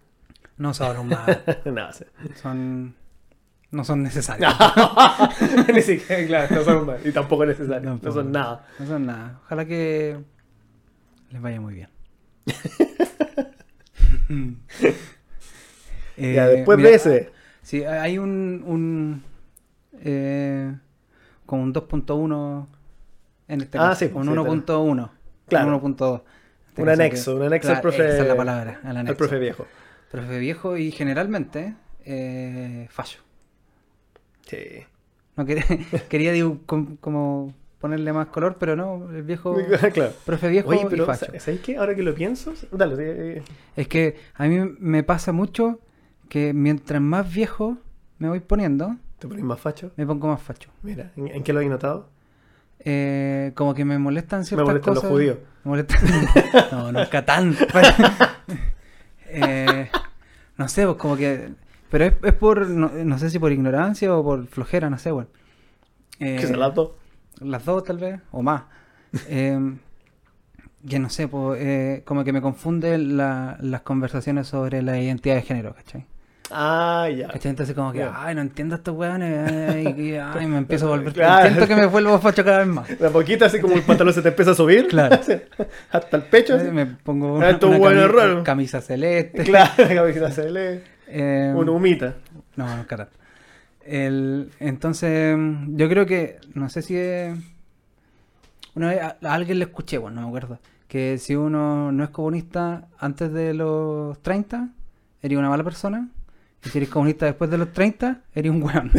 No son un mal. no, sí. Son... No son necesarios. Ni siquiera, claro, no son un mal. Y tampoco necesario. No Tampoco. son nada. No son nada. Ojalá que les vaya muy bien. Eh, ya, después mira, ah, de ese. Sí, hay un. un eh, como un 2.1 en este Ah, caso. sí, Un sí, 1.1 Claro. Un 1.2. En este Un caso anexo, un anexo al Claro, profe- Esa es la palabra. Al ah, anexo. Al profe viejo. Profe viejo y generalmente eh, fallo. Sí. No quer- quería digo, com- como ponerle más color, pero no, el viejo. claro. Profe viejo Oye, y pero facho. ¿sabes qué? Ahora que lo pienso. Dale, sí, eh, sí. Es que a mí me pasa mucho que mientras más viejo me voy poniendo, te pones más facho. me pongo más facho. Mira, ¿en, en qué lo he notado? Eh, como que me molestan ciertas molestan los cosas. judíos. Me molestan- no, nunca tan. Eh, no sé, pues como que... Pero es, es por, no, no sé si por ignorancia o por flojera, no sé, bueno. Eh, que se las dos. las dos tal vez, o más. Eh, que no sé, po, eh, como que me confunde la- las conversaciones sobre la identidad de género, ¿cachai? Ah, ya. ¿Cachai? Entonces como que, Claro. ay, no entiendo a estos weones, ay, que- ay, me empiezo a volver, Claro. siento que me vuelvo facho cada vez más. La poquita así como el pantalón se te empieza a subir. Claro. Hasta el pecho. así. Eh, Me pongo Ah, una, estos una weones cami- raros. camisa celeste. Claro, la cabecita se lee. eh, Una humita. No, no, cara. El, entonces, mm, yo creo que, no sé si es- Una vez a, a alguien le escuché, bueno, no me acuerdo, que si uno no es comunista antes de los 30, eres una mala persona, Y si eres comunista después de los 30, eres un weón.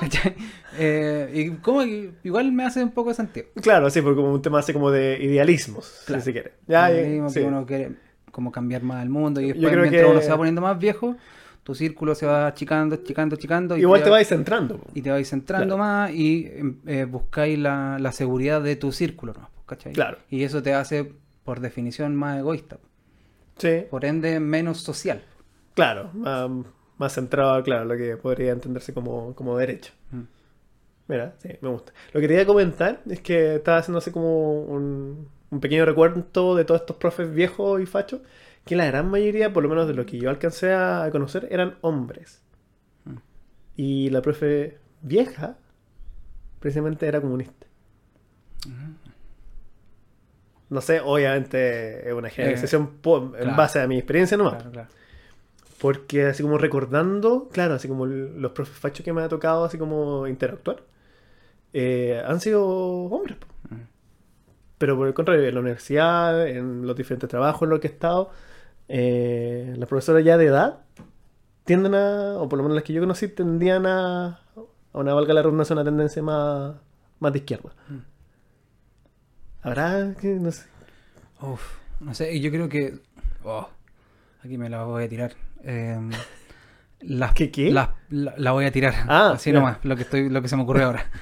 ¿Cachai? Eh, y como que igual me hace un poco de sentido. Claro, sí, porque como un tema así como de idealismos, Claro. si se quiere. Ya, Lo ya, mismo sí. que uno quiere como cambiar más al mundo y Yo después creo mientras que- uno se va poniendo más viejo, tu círculo se va achicando, achicando, achicando. y Igual te va- vais centrando. po. Y te vais centrando Claro. más y em, eh, buscáis la, la seguridad de tu círculo, ¿no? ¿Cachai? Claro. Y eso te hace, por definición, más egoísta. Sí, Por ende, menos social. claro. Más, más centrado, claro, lo que podría entenderse como, como derecho. Mm. Mira, sí, me gusta. Lo que te iba a comentar es que estaba haciendo así como un, un pequeño recuerdo de todos estos profes viejos y fachos, que la gran mayoría, por lo menos de lo que yo alcancé a conocer, eran hombres. Mm. Y la profe vieja, precisamente, era comunista. Mm. No sé, obviamente es una generalización po- en Eh, claro. base a mi experiencia nomás. Claro, claro. Porque así como recordando, claro, así como l- los profes fachos que me ha tocado así como interactuar, eh, han sido hombres. po. Mm. Pero por el contrario, en la universidad, en los diferentes trabajos en los que he estado, eh, las profesoras ya de edad tienden a, o por lo menos las que yo conocí, tendían a, a una valga la redundancia, una tendencia más, más de izquierda. Mm. Habrá que, no sé. Uf, no sé, y yo creo que. oh, aquí me la voy a tirar. Em, las, ¿Qué, qué? las- la, la voy a tirar. Ah, así ya. nomás, lo que, estoy, lo que se me ocurre ahora.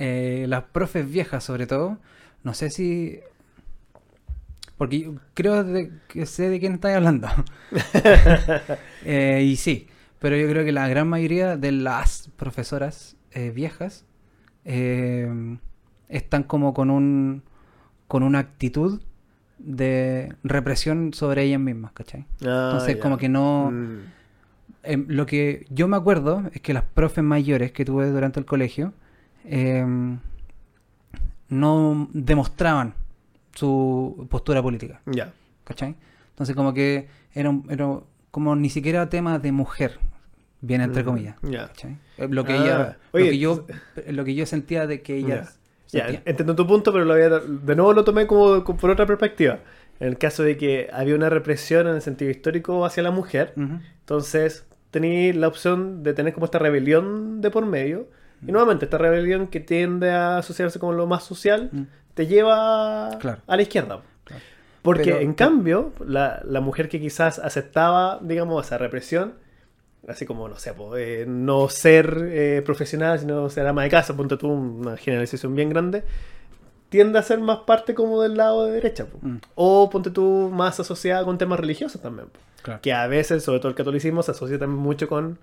Eh, las profes viejas, sobre todo. No sé si. Porque yo creo de- que sé de quién estáis hablando. Eh, y sí, pero yo creo que la gran mayoría de las profesoras eh, viejas eh, están como con un con una actitud de represión sobre ellas mismas, ¿cachai? Ah, Entonces ya. como que no... Mm. em, lo que yo me acuerdo es que las profes mayores que tuve durante el colegio em, no demostraban su postura política. Ya. ¿cachai? Entonces como que era, un- era como ni siquiera tema de mujer, bien entre Mm, comillas. Ya. ¿cachai? Eh, Lo que Ah, ella, oye, lo que yo, eh, lo que yo sentía de que ella Ya, eh, sentía. entiendo tu punto, pero lo había- de nuevo lo tomé como, como por otra perspectiva. En el caso de que había una represión en el sentido histórico hacia la mujer, Ujú. entonces tenía la opción de tener como esta rebelión de por medio. Mm. Y nuevamente, esta rebelión que tiende a asociarse con lo más social, Mm. te lleva Claro. a la izquierda. Claro. Porque Pero- en cambio, la, la mujer que quizás aceptaba, digamos, esa represión, así como, no sé, po, eh, no ser eh, profesional, sino ser ama de casa, ponte tú una generalización bien grande, tiende a ser más parte como del lado de derecha. po. Mm. O ponte tú más asociada con temas religiosos también. po, Claro, Que a veces, sobre todo el catolicismo, se asocia también mucho con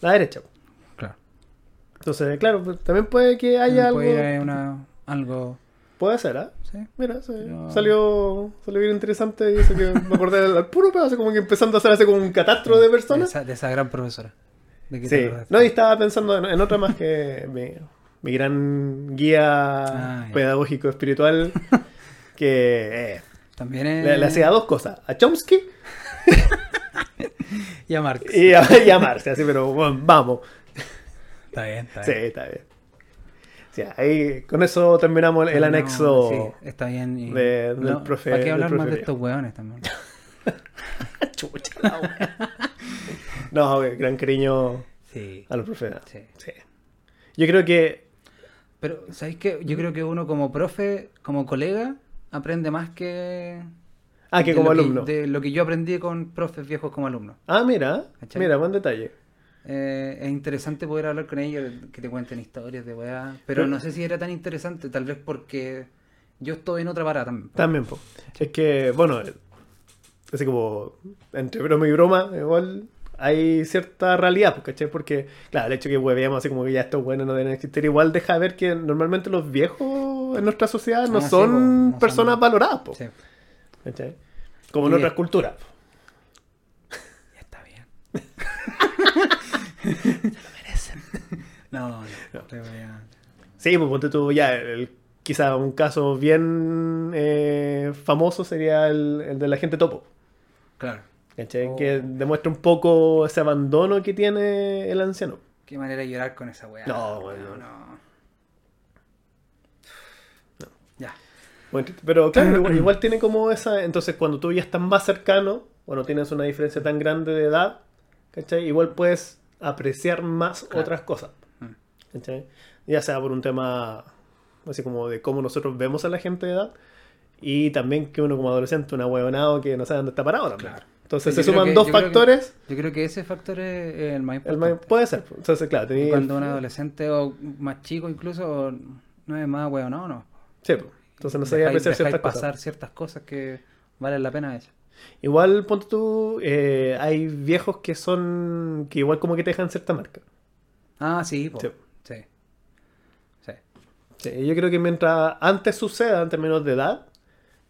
la derecha. po. claro. Entonces, claro, pues, también puede que haya algo... Puede ir a una- algo, Puede ser, ¿ah? ¿sí? Mira, sí, Pero- salió, salió bien interesante y eso que me acordé del al puro pedazo, como que empezando a hacer así como un catastro de Eh, De personas. esa, de esa gran profesora. ¿De qué te Sí, acordaste? no, y estaba pensando en, en otra más que mi, mi gran guía Ah, ya. pedagógico espiritual, que eh, También es... le, le hacía dos cosas, a Chomsky Y a Marx. y a, y a Marx, así, pero bueno, vamos. Está bien, está Sí, bien. está bien. Sí, ahí, con eso terminamos el, el Ah, No, anexo. sí, está bien. y- de- del profe- ¿Para del qué hablar más profe de viejo. estos hueones también? Chucha la wea. No, güey, gran cariño Sí. a los profetas. sí. Sí. Yo creo que. Pero, ¿sabéis qué? Yo creo que uno como profe, como colega, aprende más que... Ah, que de como lo alumno. de lo que yo aprendí con profes viejos como alumno. Ah, mira. ¿Cachai? Mira, buen detalle. Eh, es interesante poder hablar con ellos, que te cuenten historias de weá. Pero Pero- no sé si era tan interesante, tal vez porque yo estoy en otra parada también. También, po. Es que, bueno, eh, así como entre broma y broma, igual hay cierta realidad, po, ¿cachai? Porque, claro, el hecho que hueveamos así como que ya estos buenos no deben existir, igual deja ver que normalmente los viejos en nuestra sociedad no Ah, sí, son po, no son- personas valoradas, po, Sí, ¿cachai? Como en Y- otras culturas. po. ya está bien. Lo merecen. No, no, te voy a- Sí, pues ponte tú ya, el- quizá un caso bien eh, famoso sería el, el de la gente topo. Claro, ¿Cachai? Oh. Que demuestra un poco ese abandono que tiene el anciano. qué manera de llorar con esa weá. No, bueno. no. Ya. Bueno, Pero claro, igual, igual tiene como esa... Entonces cuando tú ya estás más cercano o no tienes una diferencia tan grande de edad, ¿cachai? Igual puedes apreciar más Claro. otras cosas. Mm. ¿cachai? Ya sea por un tema así como de cómo nosotros vemos a la gente de edad y también que uno como adolescente, un ahueonado que no sabe dónde está parado también. Claro. Entonces Yo se creo suman que- dos yo creo que- factores, Yo creo que ese factor es eh, el más el importante. ma- puede ser. pues. Entonces, claro, Y tenés... Cuando un adolescente o más chico incluso o no es más huevo, no, no. Sí, pues. entonces no sabía Dejáis- apreciar dejáis ciertas cosas. pasar ciertas cosas que valen la pena ellas. Igual, ponte tú, eh, hay viejos que son, que igual como que te dejan cierta marca. Ah, sí, po. Sí. sí. sí. Sí, yo creo que mientras antes suceda, en términos de edad,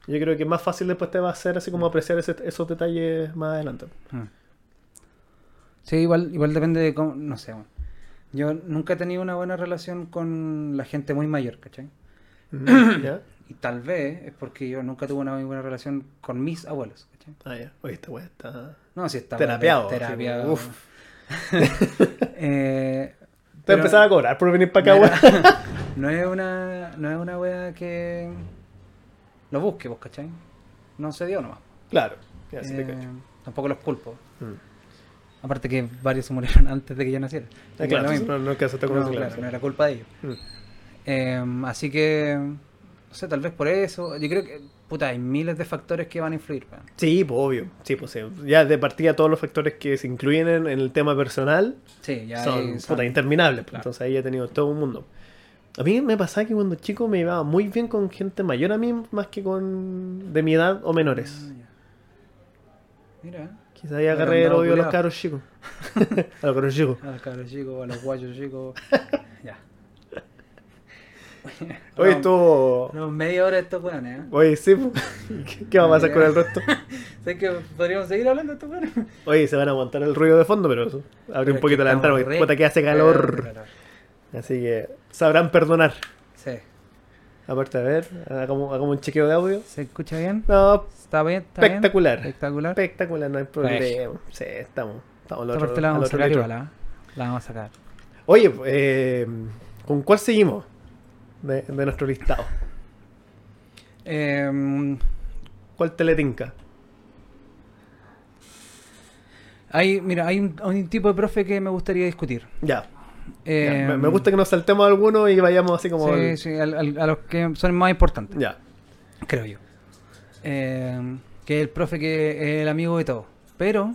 yo creo que más fácil después te va a hacer así como apreciar ese- esos detalles más adelante. Mm. Sí, igual, igual depende de cómo, no sé. bueno. Yo nunca he tenido una buena relación con la gente muy mayor, ¿cachai? Mm, ¿Ya? Y tal vez es porque yo nunca tuve una muy buena relación con mis abuelos, ¿cachai? Ah, ya. Oye, esta weá está No, si estaba terapeado. así como, Terapiado. uf. Eh, Te pero empezaba a cobrar por venir para acá, no weá. era- No es una, no es una wea que lo busque, vos, ¿cachai? No se dio nomás. Claro. Ya, sí te Eh, cacho. tampoco los culpo. Mm. Aparte que varios se murieron antes de que yo naciera. Así Ah, que claro, lo sí, mismo. no, no alcanzaste a No, conocer, claro, claro. no era culpa de ellos. Mm. Eh, así que, no sé, tal vez por eso. Yo creo que, puta, hay miles de factores que van a influir. weón. Sí, pues obvio. Sí, pues sí. Ya de partida todos los factores que se incluyen en, en el tema personal Sí, ya son, hay- puta, son- interminables. pues. Claro. Entonces ahí he tenido todo un mundo. A mí me pasaba que cuando chico me llevaba muy bien con gente mayor a mí más que con de mi edad o menores. Ah, ya. Mira, Quizás ahí agarré el Agrandado, odio a los culiao. caros chicos. a los caros chicos. a los cabros chicos, a los guayos chicos. ya. Oye, No, esto. no, media hora de estos weones, ¿eh? Oye, sí. po. ¿Qué- ¿Qué va a pasar con el resto? ¿Sabes que podríamos seguir hablando de estos weones? Oye, se van a aguantar el ruido de fondo, pero eso, abre Pero un es poquito que la ventana estamos porque re- puta que hace re- calor. calor. Así que sabrán perdonar. Sí. Aparte, a ver, hagamos, hagamos un chequeo de audio. ¿Se escucha bien? No, ¿Está bien? ¿Está bien? espectacular. Espectacular. Espectacular, no hay problema. Sí, estamos. Estamos al Esta otro- parte la al vamos a otro sacar litro. igual, ¿ah? La vamos a sacar. Oye, eh, ¿con cuál seguimos de, de nuestro listado? Eh, ¿Cuál teletinca? hay, mira, hay un, hay un tipo de profe que me gustaría discutir. Ya. ya, Eh, me, me gusta que nos saltemos alguno y vayamos así como. Sí, el- sí, al- al- a los que son más importantes, Ya. creo yo. Eh, que es el profe que es el amigo de todos. Pero,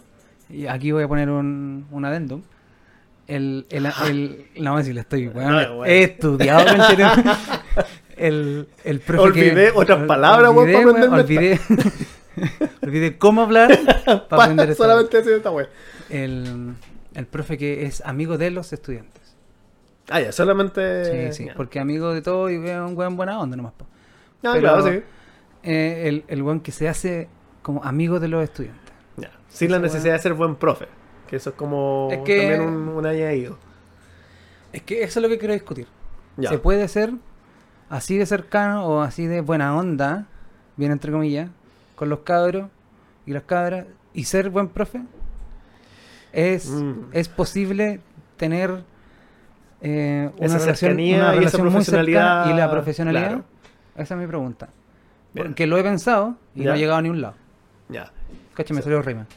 y aquí voy a poner un, un adendum. El, el, el, no, si lo estoy, weón, No, weón. he estudiado, conchetum. el, el profe Olvidé que, otras palabras, weón, olvidé, para aprenderme olvidé, olvidé cómo hablar para aprender esta- Solamente así esta wea. el, el profe que es amigo de los estudiantes. Ah, ya, solamente. Sí, sí, ya. porque amigo de todo y es un weón buena onda nomás. po. Ah, pero- claro, sí. Eh, el, el weón que se hace como amigo de los estudiantes. Ya, Sin la Esa necesidad de ser buen profe. Que eso es como Es que- también un, un añadido. Es que eso es lo que quiero discutir. Ya. Se puede ser así de cercano o así de buena onda, bien entre comillas, con los cabros y las cabras, y ser buen profe. Es, Mm. es posible tener eh, una Esa relación, cercanía una y esa relación muy cercana profesionalidad, y la profesionalidad. claro. Esa es mi pregunta. Bien. Porque lo he pensado y Ya. no he llegado a ningún lado. Ya. Cacho, me salió rima.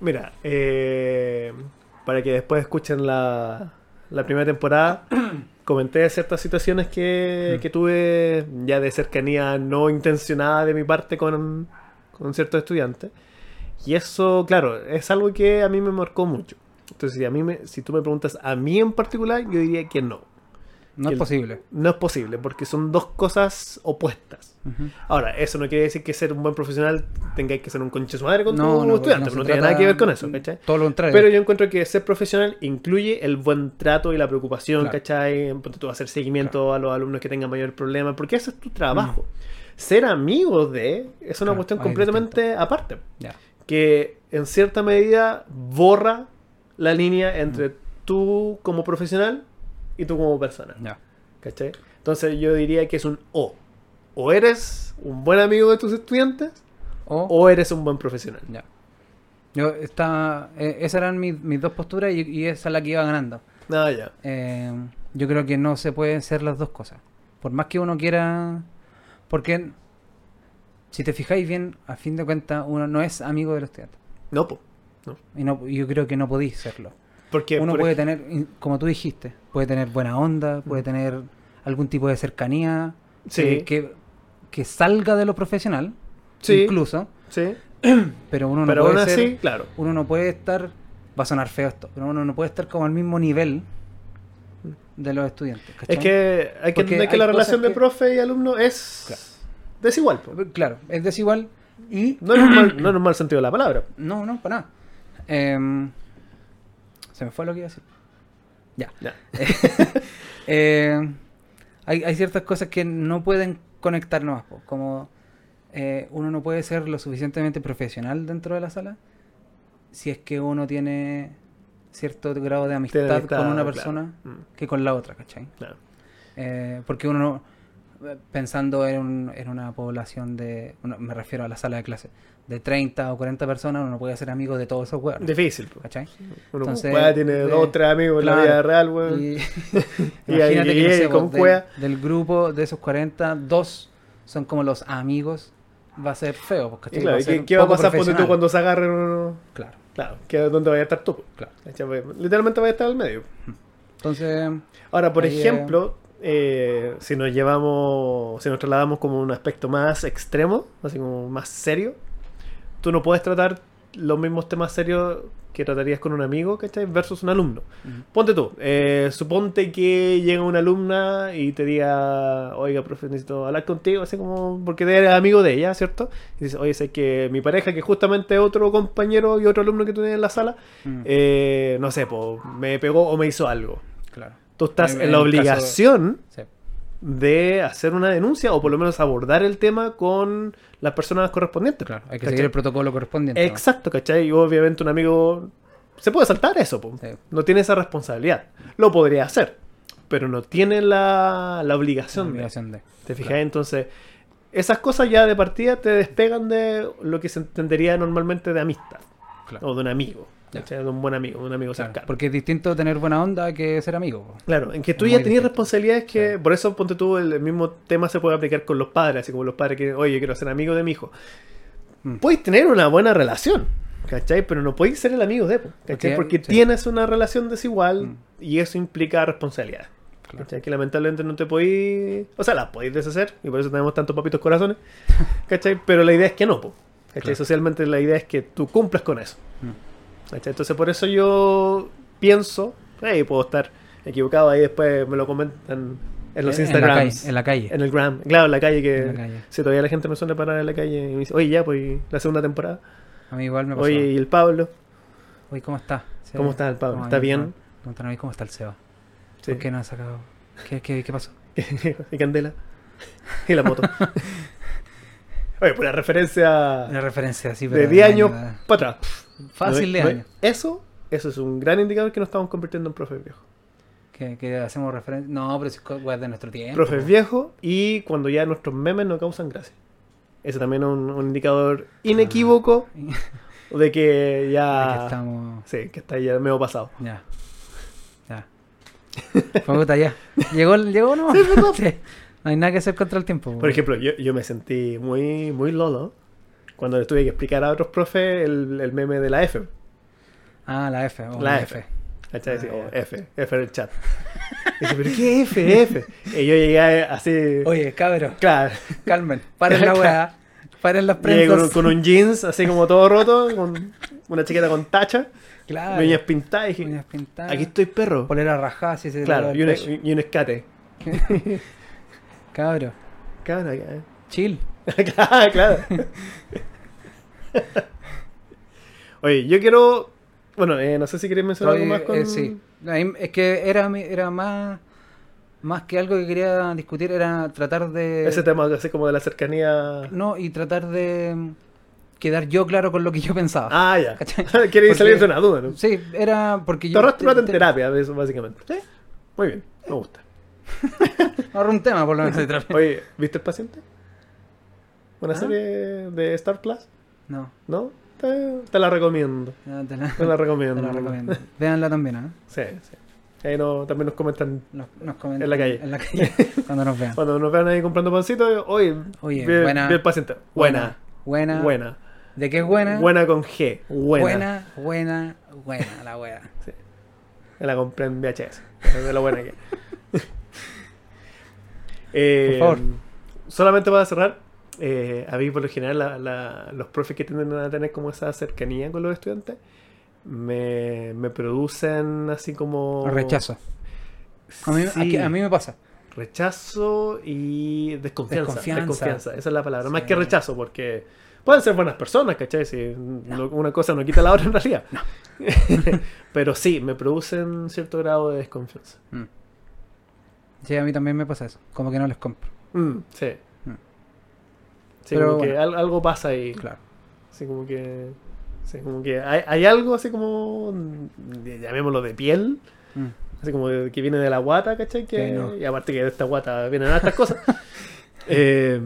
Mira, eh, para que después escuchen la, la primera temporada, comenté ciertas situaciones que, Mm. que tuve ya de cercanía no intencionada de mi parte con, con ciertos estudiantes. Y eso, claro, es algo que a mí me marcó mucho. Entonces, si, a mí me- si tú me preguntas a mí en particular, yo diría que no. No Y es el- posible. No es posible, porque son dos cosas opuestas. Ujú. Ahora, eso no quiere decir que ser un buen profesional tengáis que ser un conche su madre con No, pues, tu no, porque estudiante. se No, tiene trata- nada que ver con eso, ¿cachai? Todo lo contrario. Pero yo encuentro que ser profesional incluye el buen trato y la preocupación, Claro. ¿cachai? Ponte tú a hacer seguimiento a los alumnos que tengan mayor problema, porque ese es tu trabajo. Ser amigo de es una Claro, cuestión ahí es completamente aparte, Ya. que en cierta medida borra la línea entre tú como profesional y tú como persona. Ya. ¿Cachai? Entonces yo diría que es un o. O eres un buen amigo de tus estudiantes O, o eres un buen profesional. Ya. Yo estaba- eh, esas eran mis, mis dos posturas y, y esa es la que iba ganando. Ah, ya. Eh, yo creo que no se pueden ser las dos cosas. Por más que uno quiera... Porque, si te fijáis bien, a fin de cuentas, uno no es amigo de los estudiantes. No, po. No. Y no, yo creo que no podís serlo. Porque Uno por puede ej- Mm. tener, in- como tú dijiste, puede tener buena onda, puede tener algún tipo de cercanía Sí. que, que, que salga de lo profesional, Sí. incluso, Sí. pero uno no pero aún puede ser- así, claro. uno no puede estar, va a sonar feo esto, pero uno no puede estar como al mismo nivel de los estudiantes. ¿cachai? Es que hay que Porque entender que hay la cosas relación de que- profe y alumno es Claro. desigual. po. Claro, es desigual y... No en, un mal, no en un mal sentido de la palabra. No, no, para nada. Em, se me fue lo que iba a decir. Ya. Ya. Eh, hay, hay ciertas cosas que no pueden conectar nomás, po, como eh, uno no puede ser lo suficientemente profesional dentro de la sala si es que uno tiene cierto grado de amistad, Tiene amistad, con este una claro. persona Mm, que con la otra, ¿cachai? claro. Eh, porque uno, no- pensando en, un- en una población de, uno- me refiero a la sala de clase, de 30 o 40 personas, uno no puede ser amigo de todos esos huevos. Difícil. po. ¿Cachai? Uno Entonces, weá, tiene de- dos tres amigos en la claro. vida real, weón. Y- Y imagínate que, no ahí sé, con vos, del- cueva. del, grupo de esos 40, dos son como los amigos, va a ser feo. pues, Y ¿cachai? claro, va ¿y a ser ¿qué, qué va a poco pasar ponte tú profesional. cuando se agarren uno? Claro, Claro, que es donde vaya a estar tú. po. claro. ¿Cachai? Porque Literalmente vaya a estar al medio. Entonces, Ahora, por Ahí, eh, ejemplo, eh, si nos llevamos, si nos trasladamos como un aspecto más extremo, así como más serio, tú no puedes tratar los mismos temas serios que tratarías con un amigo, ¿cachai? Versus un alumno. Ujú. Ponte tú, eh, suponte que llega una alumna y te diga, oiga, profe, necesito hablar contigo, así como, porque eres amigo de ella, ¿cierto? Y dices, oye, sé que mi pareja, que justamente es otro compañero y otro alumno que tú tienes en la sala, mm, eh, no sé, po, me pegó o me hizo algo. claro. Tú estás En- en, en la el caso- obligación sí. de hacer una denuncia o por lo menos abordar el tema con las personas correspondientes. Claro, hay que ¿Cachai? seguir el protocolo correspondiente. ¿no? Exacto, ¿cachai? Y obviamente un amigo se puede saltar eso, po. Sí. no tiene esa responsabilidad. Lo podría hacer, pero no tiene la, la obligación. de- Obligación de. ¿Te fijas? Claro. Entonces, esas cosas ya de partida te despegan de lo que se entendería normalmente de amistad Claro. o de un amigo, Ya. ¿cachai? de un buen amigo, de un amigo Claro, cercano. Porque es distinto tener buena onda que ser amigo. po. Claro, en que tú Es ya muy tenías distinto. responsabilidades que, Claro. por eso ponte tú, el mismo tema se puede aplicar con los padres, así como los padres que, oye, quiero ser amigo de mi hijo. Mm. Puedes tener una buena relación, ¿cachai? Pero no puedes ser el amigo de, po, ¿cachai? Porque Porque- sí. tienes una relación desigual Mm. y eso implica responsabilidades. Claro. ¿Cachai? Que lamentablemente no te podéis. O sea, las podéis deshacer y por eso tenemos tantos papitos corazones, ¿cachai? Pero la idea es que no, po, ¿cachai? Claro. Socialmente la idea es que tú cumplas con eso. Mm. ¿Cachai? Entonces por eso yo pienso, hey, puedo estar equivocado, ahí después me lo comentan en los En- en la Instagrams. calle- En la calle. En el gram, claro, en la calle que... En la calle. Si todavía la gente me suele parar en la calle y me dice, oye, ya, pues la segunda temporada. A mí igual me pasó. Oye, y el Pablo. Oye, ¿cómo está? Seba? ¿Cómo está el Pablo? No, ¿Está ahí, bien? no, preguntan, "Oye, ¿Cómo está el Seba? Sí. ¿Por qué no ha sacado? ¿Qué, qué, qué pasó? y Candela. Y la moto. oye, pura referencia Una referencia así, pero de 10 años para atrás. Fácil de No es- no años. es- Eso, eso es un gran indicador que nos estamos convirtiendo en profe viejo. Que, que hacemos referencia. No, pero si es co- weas de nuestro tiempo. Profes viejos y cuando ya nuestros memes no causan gracia. Ese también es un, un indicador inequívoco De de que ya. Ah. que estamos. Sí, que está ya medio pasado. Ya. Ya. Fue puta, ya. Llegó, llegó nomás. Sí, es verdad. Sí. No hay nada que hacer contra el tiempo. Por weón. ejemplo, yo, yo me sentí muy, muy lolo cuando le tuve que explicar a otros profes el, el meme de la F. Ah, la F. oh, La la F. F. ¿Cachai? Así, Ah, oh, ya. F, F en el chat. Y dice, ¿pero qué F, F? Y yo llegué así. Oye, cabros, Claro. calmen. Paren la weá. Paren las Llegué con, prensas. con un jeans así como todo roto, con una chaqueta con tacha, Claro. uñas pintadas y dije, Uñas pintadas. aquí estoy perro. Polera rajada, si se Claro, y yo un, y un escate. Cabro, Claro, ya. chill. claro, claro. Oye, yo quiero. Bueno, eh, no sé si queréis mencionar algo Oye, más con. eh, sí. Ahí- Es que era, mi- era más, más que algo que quería discutir, era tratar de... Ese tema así como de la cercanía. Eh, No, y tratar de mm, quedar yo claro con lo que yo pensaba. Ah, ya. ¿Cachai? Queréis Porque- salir de una duda, ¿no? Sí, era porque Te yo... ahorraste plata en te- terapia, eso básicamente. Sí. Muy bien, me gusta. me ahorré un tema, por lo menos, de terapia. Oye, ¿viste el paciente? Una Ah. serie de Star Plus, No, ¿no? Te, te la recomiendo. no, te la, Te la te recomiendo. la recomiendo. Véanla también, ¿ah? Sí, sí. Ahí no, también nos comentan Nos, nos comentan En la calle. En la calle, cuando nos vean. cuando nos vean ahí comprando pancito. Oye, Oye, vi- buena. vi el paciente. Buena. Buena. Buena. De que es buena. Buena con G. Buena. Buena, buena, buena, la buena. Me La compré en VHS. pero de lo buena que es. Eh, Por favor. Solamente para cerrar, eh, a mí por lo general la- la- los profes que tienden a tener como esa cercanía con los estudiantes me, me producen así como... Rechazo. A mí, Sí, aquí- a mí me pasa. Rechazo y desconfianza. Desconfianza. Desconfianza. Esa es la palabra. Más Sí. que rechazo, porque pueden ser buenas personas, ¿cachai? Si lo- una cosa no quita la otra en realidad. Pero sí, me producen cierto grado de desconfianza. Mm. Sí, a mí también me pasa eso. Como que no les compro. Mm, sí. Mm. Sí, Pero como que bueno. al- algo pasa ahí. Claro. Así como que. sí, como que hay, hay algo así como. mm, Llamémoslo de piel. Mm. Así como de- que viene de la guata, ¿cachai? Que, Sí, no. Y aparte que de esta guata vienen estas cosas. Eh,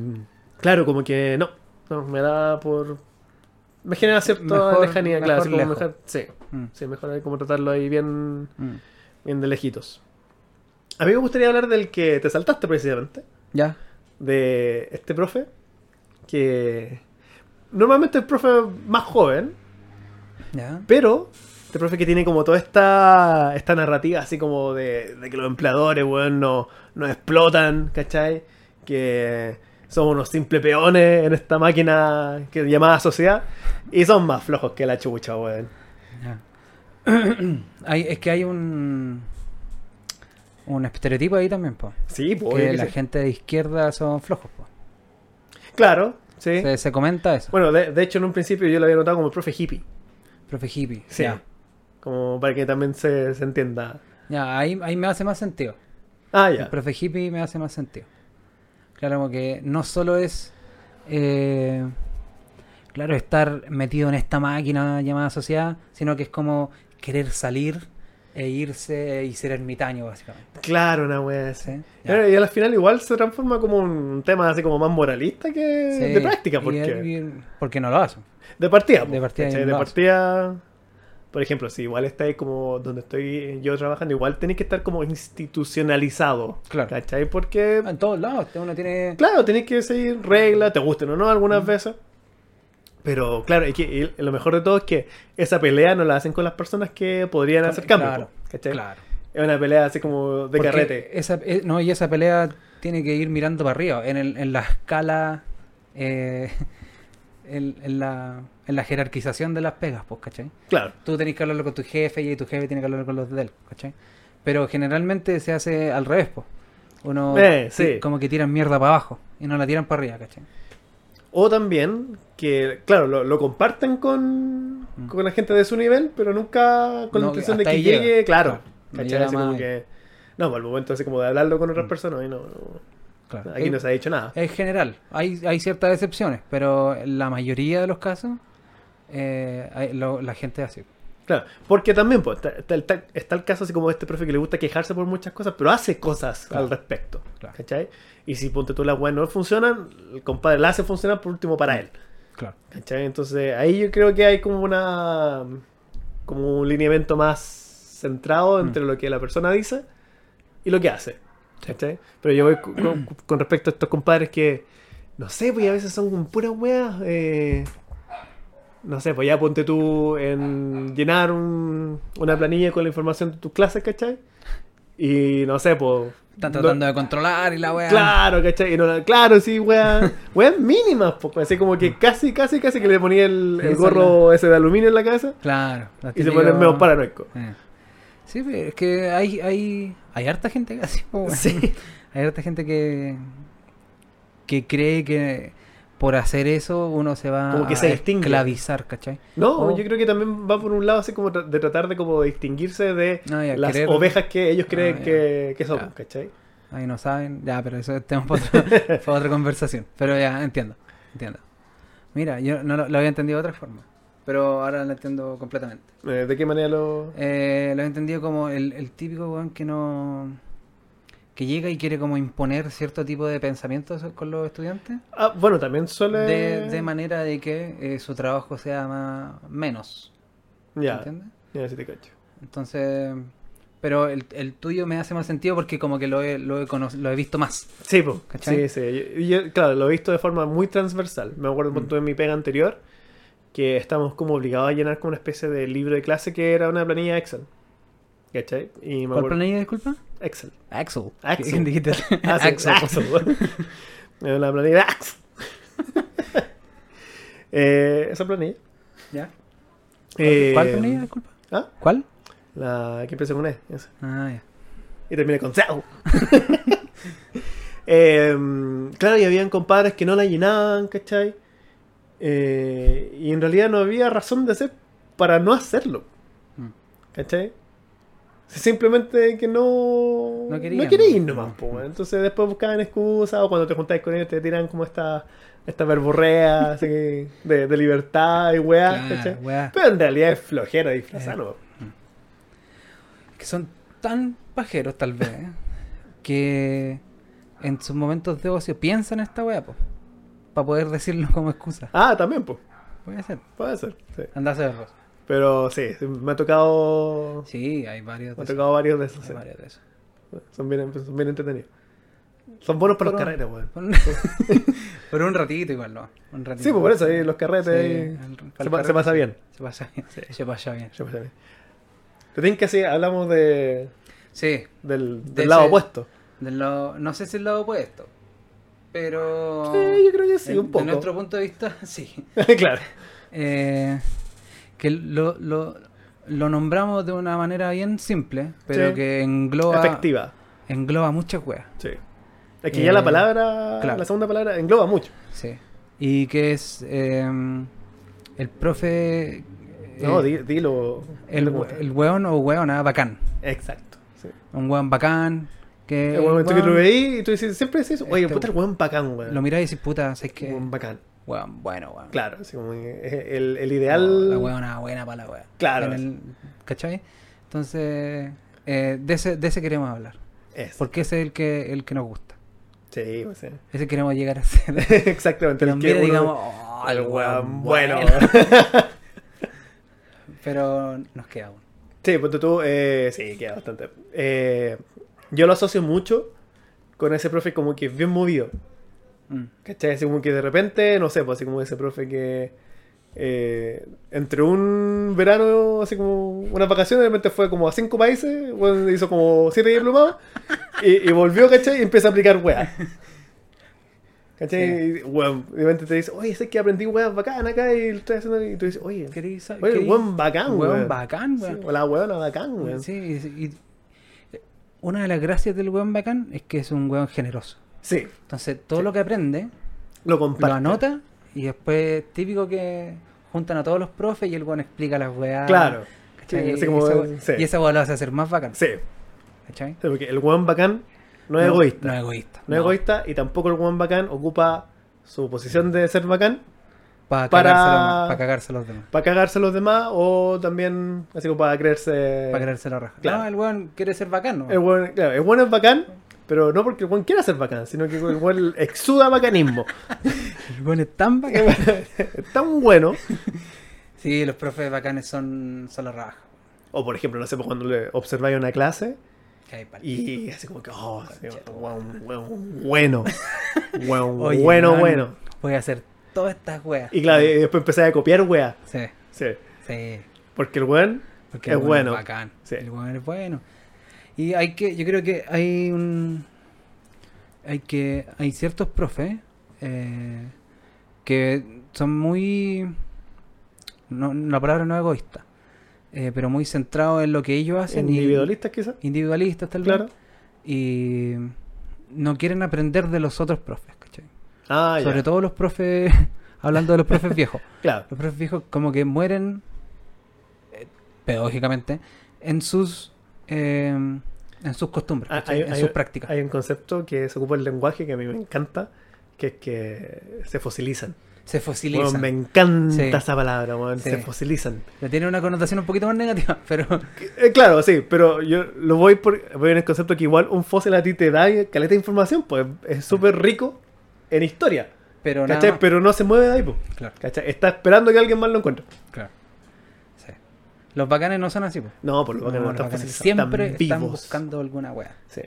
claro, como que no. No, me da por. Me genera cierta Mejor- lejanía, mejor claro. así como lejos. mejor- sí, Mm. sí, mejor hay como tratarlo ahí bien, Mm. bien de lejitos. A mí me gustaría hablar del que te saltaste precisamente Ya. de este profe que normalmente el profe más joven, Ya. pero este profe que tiene como toda esta, esta narrativa así como de, de que los empleadores, weón, no, no explotan, ¿cachai? Que somos unos simples peones en esta máquina que llamada sociedad y son más flojos que la chucha, weón. Ya. hay, es que hay un. Un estereotipo ahí también, po. Sí, pues. obvio que que la sí. gente de izquierda son flojos, po. Claro, sí. Se, se comenta eso. Bueno, de, de hecho en un principio yo lo había notado como el profe hippie, Profe hippie. Sí. Ya. como para que también se, se entienda. Ya, ahí, ahí me hace más sentido. Ah, El ya. profe hippie me hace más sentido. Claro, como que no solo es. eh, claro, estar metido en esta máquina llamada sociedad, sino que es como querer salir e irse y ser ermitaño, básicamente. Claro, una wea así. ¿sí? Ya. Claro, y al final igual se transforma como un tema así como más moralista que Sí, Mm, de práctica, y- porque y- porque no lo hacen. de partida, de po, partida ¿cachai? hay de un partida, por ejemplo, si igual estáis como donde estoy yo trabajando, igual tenéis que estar como institucionalizado, Claro. ¿cachai? Porque, En todos lados, este, uno tiene. claro, tenéis que seguir reglas, te gusten o no algunas veces, pero claro, es que y lo mejor de todo es que esa pelea no la hacen con las personas que podrían Con- hacer cambio, claro, po, ¿cachai? Claro. Es una pelea así como de Porque carrete. Esa, eh, no, y esa pelea tiene que ir mirando para arriba, en, el- en la escala, eh, en, en la, en la jerarquización de las pegas, pues, ¿cachai? Claro, Tú tenés que hablarlo con tu jefe y tu jefe tiene que hablarlo con los de él, ¿cachai? Pero generalmente se hace al revés, pues. Uno Eh, ti- sí. como que tiran mierda para abajo y no la tiran para arriba, ¿cachai? O también que, claro, lo, lo comparten con, Mm. con la gente de su nivel, pero nunca con la No, que intención de hasta que ahí llega. llegue, claro. Claro, no ¿cachai? llega Así como más. que- no, por el momento así como de hablarlo con otras Mm. personas, ahí no, no- Claro. Eh. aquí no se ha dicho nada. En general, hay, hay ciertas excepciones, pero en la mayoría de los casos eh, hay- lo- la gente es así. Claro, porque también pues, está, está el- está- está el caso así como de este profe que le gusta quejarse por muchas cosas, pero hace cosas Claro. al respecto, Claro. ¿cachai? Y si ponte tú las weas no funcionan, el compadre la hace funcionar por último para él. Claro. ¿Cachai? Entonces ahí yo creo que hay como una como un lineamiento más centrado Mm. entre lo que la persona dice y lo que hace. ¿Cachai? Pero yo voy cu- con, con respecto a estos compadres que no sé, pues a veces son como puras weas eh, no sé, pues ya ponte tú en llenar un- una planilla con la información de tus clases, ¿cachai? Y no sé, pues Están no- tratando de controlar y la weá. Claro, ¿cachai? Y no la- claro, sí, weá. Weas mínimas, poco. Así como que casi, casi, casi que le ponía el, el Mm. Esa gorro ese de aluminio en la cabeza Claro. los y se típicos- ponen medio paranoico. Eh. Sí, pero es que hay, hay, hay harta gente que así, po, weón. Sí. Hay harta gente que, que cree que por hacer eso uno se va Como que a se distingue. esclavizar, ¿cachai? No, Oh. yo creo que también va por un lado así como tra- de tratar de como distinguirse de Ah, ya, las querer- ovejas que ellos Ah, creen ya. que, que son, Ya. ¿cachai? Ahí no saben. Ya, pero eso es tema para otra, para otra conversación. Pero ya, entiendo. Entiendo. Mira, yo no lo, lo había entendido de otra forma. Pero ahora lo entiendo completamente. Eh, ¿De qué manera lo...? Eh, lo he entendido como el, el típico weón que no. que llega y quiere como imponer cierto tipo de pensamientos con los estudiantes. Ah, bueno, también suele... De, de manera de que eh, su trabajo sea más, menos. Ya, ¿Entiendes? ya, sí te cacho. Entonces. Pero el, el tuyo me hace más sentido porque como que lo he, lo he, cono- lo he visto más. Sí, po. ¿Cachai? sí, Mm. sí. Yo, yo, claro, lo he visto de forma muy transversal. Me acuerdo cuando en mi pega anterior que estamos como obligados a llenar como una especie de libro de clase que era una planilla Excel. ¿Cachai? Y me ¿Cuál acuerdo- planilla, disculpa? Excel. Axel. Axel. ¿Quién dijiste? Ah, sí, Axel. Axel. Era una planilla Axel. Eh, esa planilla. ¿Ya? Eh, ¿Cuál planilla, disculpa? ¿Ah? ¿Cuál? La que empieza con E. esa. Ah, ya. Y termina con Zau. Em, claro, y habían compadres que no la llenaban, ¿cachai? Eh, y en realidad no había razón de ser para no hacerlo, Mm. ¿cachai? Simplemente que no... No querían, queréis ¿no? nomás, po, weón. Entonces después buscaban excusas o cuando te juntáis con ellos te tiran como esta, esta verborrea así que de, de libertad y weá, Claro, ¿cachai? weá. Pero en realidad es flojera disfrazar, Eh. nomás. que son tan pajeros tal vez ¿eh? que en sus momentos de ocio piensan esta wea po, para poder decirlo como excusa. Ah, también, pues. Puede ser. Puede ser, sí. Andás a ver. Pero sí, sí, me ha tocado. Sí, hay Me varios de ha esos. tocado varios de esos. hay sí. varios de esos. Son, bien, son bien entretenidos. Son buenos para los Pero- carretes, weón. Por un, por un ratito igual, ¿no? Un ratito. Sí, pues por eso, ahí los Sí, carretes. ahí, el- para el se, pa- carrete se pasa bien. Se pasa bien. Sí. Se pasa bien. Se pasa bien. Te tienen que así, hablamos de, Sí, del, del De lado ese- opuesto. del lado- no sé si el lado opuesto, pero... Sí, yo creo que sí, de- un poco. De nuestro punto de vista, sí. claro. Eh, que lo, lo, lo nombramos de una manera bien simple, pero Sí. que engloba, Efectiva. engloba muchas weas. Sí. Es que ya la Eh, palabra, claro. la segunda palabra, engloba mucho. Sí. Y que es eh, el profe. eh, No, di- pues. dilo. el, dilo como el Eh, weón o weona bacán. está. Exacto. Sí. Un weón bacán. Que el momento que tú lo weón, veís y tú dices, siempre dices, oye, Este puta, el weón bacán, weón. lo mirás y decís, puta, ¿sabes qué? Weón bacán. Weón, bueno, weón. Claro, así como que es el, el No, ideal. la weona buena para la wea. Claro. En el- ¿Cachai? Entonces, eh, de, ese, de ese queremos hablar. es. Porque ese es el que, el que nos gusta. Sí, o sea. Ese queremos llegar a ser. Exactamente. el Nos que mira y uno- digamos, "Oh, el weón bueno. Pero nos queda uno. sí, ponte tú. eh, sí, queda bastante. Eh, yo lo asocio mucho con ese profe como que es bien movido. Mm. ¿Cachai? Así como que de repente, no sé, pues así como ese profe que. eh, entre un verano, así como unas vacaciones, de repente fue como a cinco países, bueno, hizo como siete diplomados y, y volvió, ¿cachai? Y empieza a aplicar weas. ¿Cachai? Y, weón, de repente te dice, oye, sé que aprendí weas bacán acá y lo estoy haciendo. Y tú dices, oye, ¿Queréis sa- oye, queréis- weón bacán, Weón weón. bacán, Sí, weón. o la weona bacán, weón. Sí, y- y- una de las gracias del weón bacán es que es un weón generoso. Sí, Entonces, todo Sí. lo que aprende, lo comparte. lo anota y después, típico que juntan a todos los profes y el weón explica las weas. Claro. ¿cachai? Sí, así como- Y esa wea- sí. Y esa weá lo hace hacer más bacán. Sí, ¿cachai? sí, porque el weón bacán no es egoísta. No es egoísta. No es egoísta y tampoco el buen bacán ocupa su posición de ser bacán Para, Para- para cagarse a los demás. para cagarse a los demás o también así como para creerse. Para creerse la raja. Eh, Claro. No, el weón quiere ser bacano. El buen, claro, el buen es bacán, pero no porque el buen quiera ser bacán, sino que el buen exuda bacanismo. El weón es tan bacán. Eh, es tan bueno. Sí, los profes bacanes son, son la raja. O por ejemplo, no sé, pues, cuando le observáis una clase Que hay pal- y así como que, oh, así como, weón, weón, bueno, weón, Oye, bueno, man, bueno. Voy a hacer todas estas weas. Y claro, y después empecé a copiar, wea. Sí, Sí, sí. porque el buen Porque Es el weón bueno. Es bacán. Sí. El weón es bueno. Y hay que, yo creo que hay un. Hay que. Hay ciertos profes eh, que son muy. No, la palabra no es egoísta. eh, pero muy centrados en lo que ellos hacen. y- individualistas quizás, Individualistas, tal vez. claro. Y no quieren aprender de los otros profes, ¿cachai? Ah, Sobre ya, todo los profes, hablando de los profes viejos. claro. Los profes viejos como que mueren, eh, pedagógicamente, en sus eh, en sus costumbres, Ah, ¿cachai? en sus prácticas. hay un concepto que se ocupa en el lenguaje que a mí me encanta, que es que se fosilizan. Se Weón, fosilizan. me encanta Sí. esa palabra, weón, Sí. se fosilizan. Ya tiene una connotación un poquito más negativa, pero Eh, claro, sí, pero yo lo voy por voy en el concepto que igual un fósil a ti te da caleta de información, pues es súper rico en historia, pero nada ¿cachai? más. Pero no se mueve de ahí, pues, Claro, ¿cachai? Está esperando que alguien más lo encuentre. claro. Sí. Los bacanes no son así, po. No, por lo que no, No, los está bacanes fosilizado, siempre están están vivos. buscando alguna wea. Sí.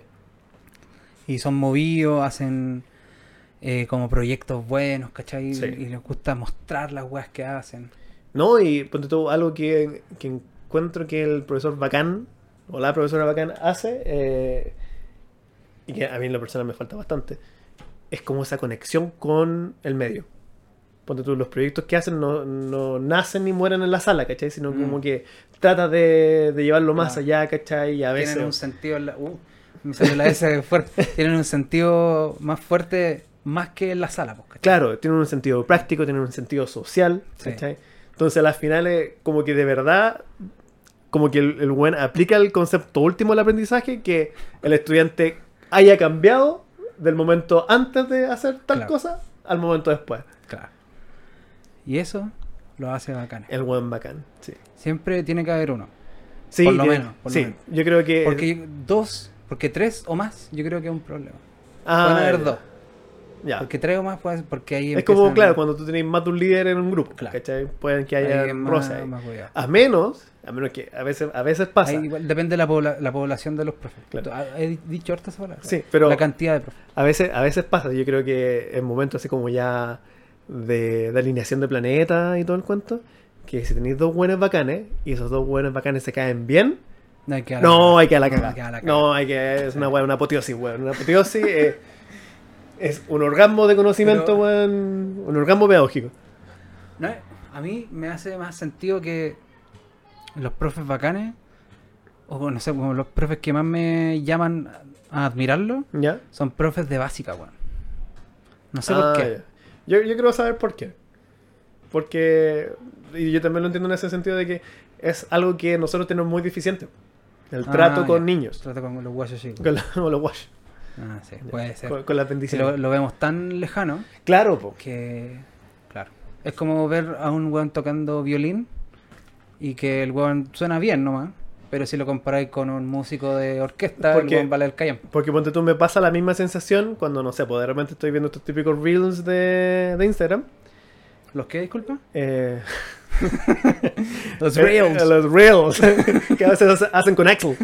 y son movidos, hacen eh, como proyectos buenos, ¿cachai? Sí. Y les gusta mostrar las weas que hacen. No, y ponte tú algo que, que encuentro que el profesor Bacán, o la profesora Bacán, hace, eh, y que a mí en lo personal me falta bastante, es como esa conexión con el medio. Ponte tú, los proyectos que hacen no, no nacen ni mueren en la sala, ¿cachai? Sino Mm. como que tratas de, de llevarlo más Claro. allá, ¿cachai? Y a veces... Tienen un sentido. en la- uh, me salió la S fuerte. Tienen un sentido más fuerte más que en la sala, po, ¿cachai? Claro, tiene un sentido práctico, tiene un sentido social. Sí. ¿cachai? Entonces, a las finales, como que de verdad, como que el, el buen aplica el concepto último del aprendizaje, que el estudiante haya cambiado del momento antes de hacer tal Claro. cosa al momento después. Claro. Y eso lo hace bacán. El buen bacán, sí. Siempre tiene que haber uno. Sí, Por lo que- menos, por lo sí, menos. yo creo que. Porque yo- dos, porque tres o más, yo creo que es un problema. Ah, Pueden haber dos. ya. Porque tres o más, pues, porque ahí Es como, empiezan- claro, cuando tú tenés más de un líder en un grupo, Claro. ¿cachai? Pueden que ahí haya es más- roce ahí. más hueá. A menos, a menos que a veces, a veces pasa. Ahí igual depende de la, pobla- la población de los profes. Claro. Ah, He dicho harta esa palabra. Sí, pero- La cantidad de profes. A veces, a veces pasa, yo creo que en momentos así como ya de, de alineación de planetas y todo el cuento, que si tenéis dos buenos bacanes y esos dos buenos bacanes se caen bien, No hay que dar la no cagada. hay que a la No, hay que dar la cagada. cagada. No, hay que. Es una, weá, una apoteosis, weón. Una apoteosis eh, es un orgasmo de conocimiento, Pero- weón. Un orgasmo pedagógico. No, a mí me hace más sentido que los profes bacanes, o no sé, como los profes que más me llaman a admirarlo, ¿Ya? son profes de básica, weón. No sé Ah, por qué. ya. Yo, yo quiero saber por qué. Porque, y yo también lo entiendo en ese sentido de que es algo que nosotros tenemos muy deficiente. El Ah, trato con ya. niños. Trato con los guayos chicos. Con, la- con los wash. Ah, sí, puede ser. Con, con las Que bendiciones. lo, lo vemos tan lejano Claro, po. que. Claro. Es como ver a un weón tocando violín y que el weón suena bien nomás, pero si lo comparáis con un músico de orquesta, el Porque- weón vale el callan. Porque ponte tú, me pasa la misma sensación cuando, no sé, pues de repente estoy viendo estos típicos reels de, de Instagram. ¿Los qué, disculpa? Eh, Los eh, reels. eh, los reels. que a veces hace- hacen con Axel.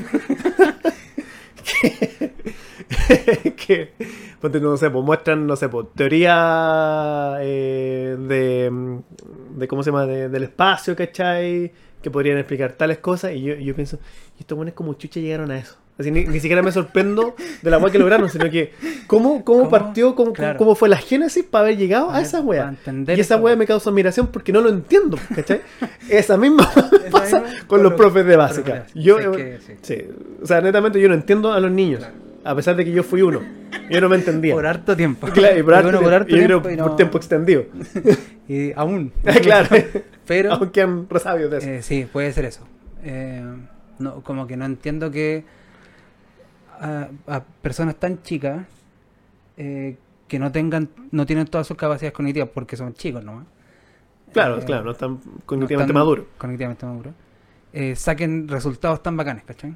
que, que, ponte tú, no sé, pues muestran, no sé, pues teoría eh, de, mm, de, ¿cómo se llama? de- del espacio, ¿cachai? Que podrían explicar tales cosas. Y yo, yo pienso, y estos buenos como chucha llegaron a eso. Así, ni, ni siquiera me sorprendo de la weá que lograron, sino que cómo, cómo, ¿Cómo? partió, cómo, Claro. cómo fue la génesis para haber llegado a, Para- esa weá. para entender Y esa esa weá weá. me causa admiración porque no lo entiendo, ¿cachai? esa misma Esa pasa misma- con los profes de profes de básica. básica. Yo, eh, Sí, que- sí. sí. O sea, netamente yo no entiendo a los niños, Claro. a pesar de que yo fui uno. Yo no me entendía. Por harto tiempo. Claro, y por, harto uno tiempo- y uno y por no- tiempo extendido. y aún. claro. Pero Aunque han resabios de eso. eh, sí, puede ser eso. Eh, no, como que no entiendo que a, a personas tan chicas eh, que no tengan, no tienen todas sus capacidades cognitivas porque son chicos, ¿no? claro, eh, claro, no están No cognitivamente están maduros. Cognitivamente maduros. Eh, saquen resultados tan bacanes, ¿cachai?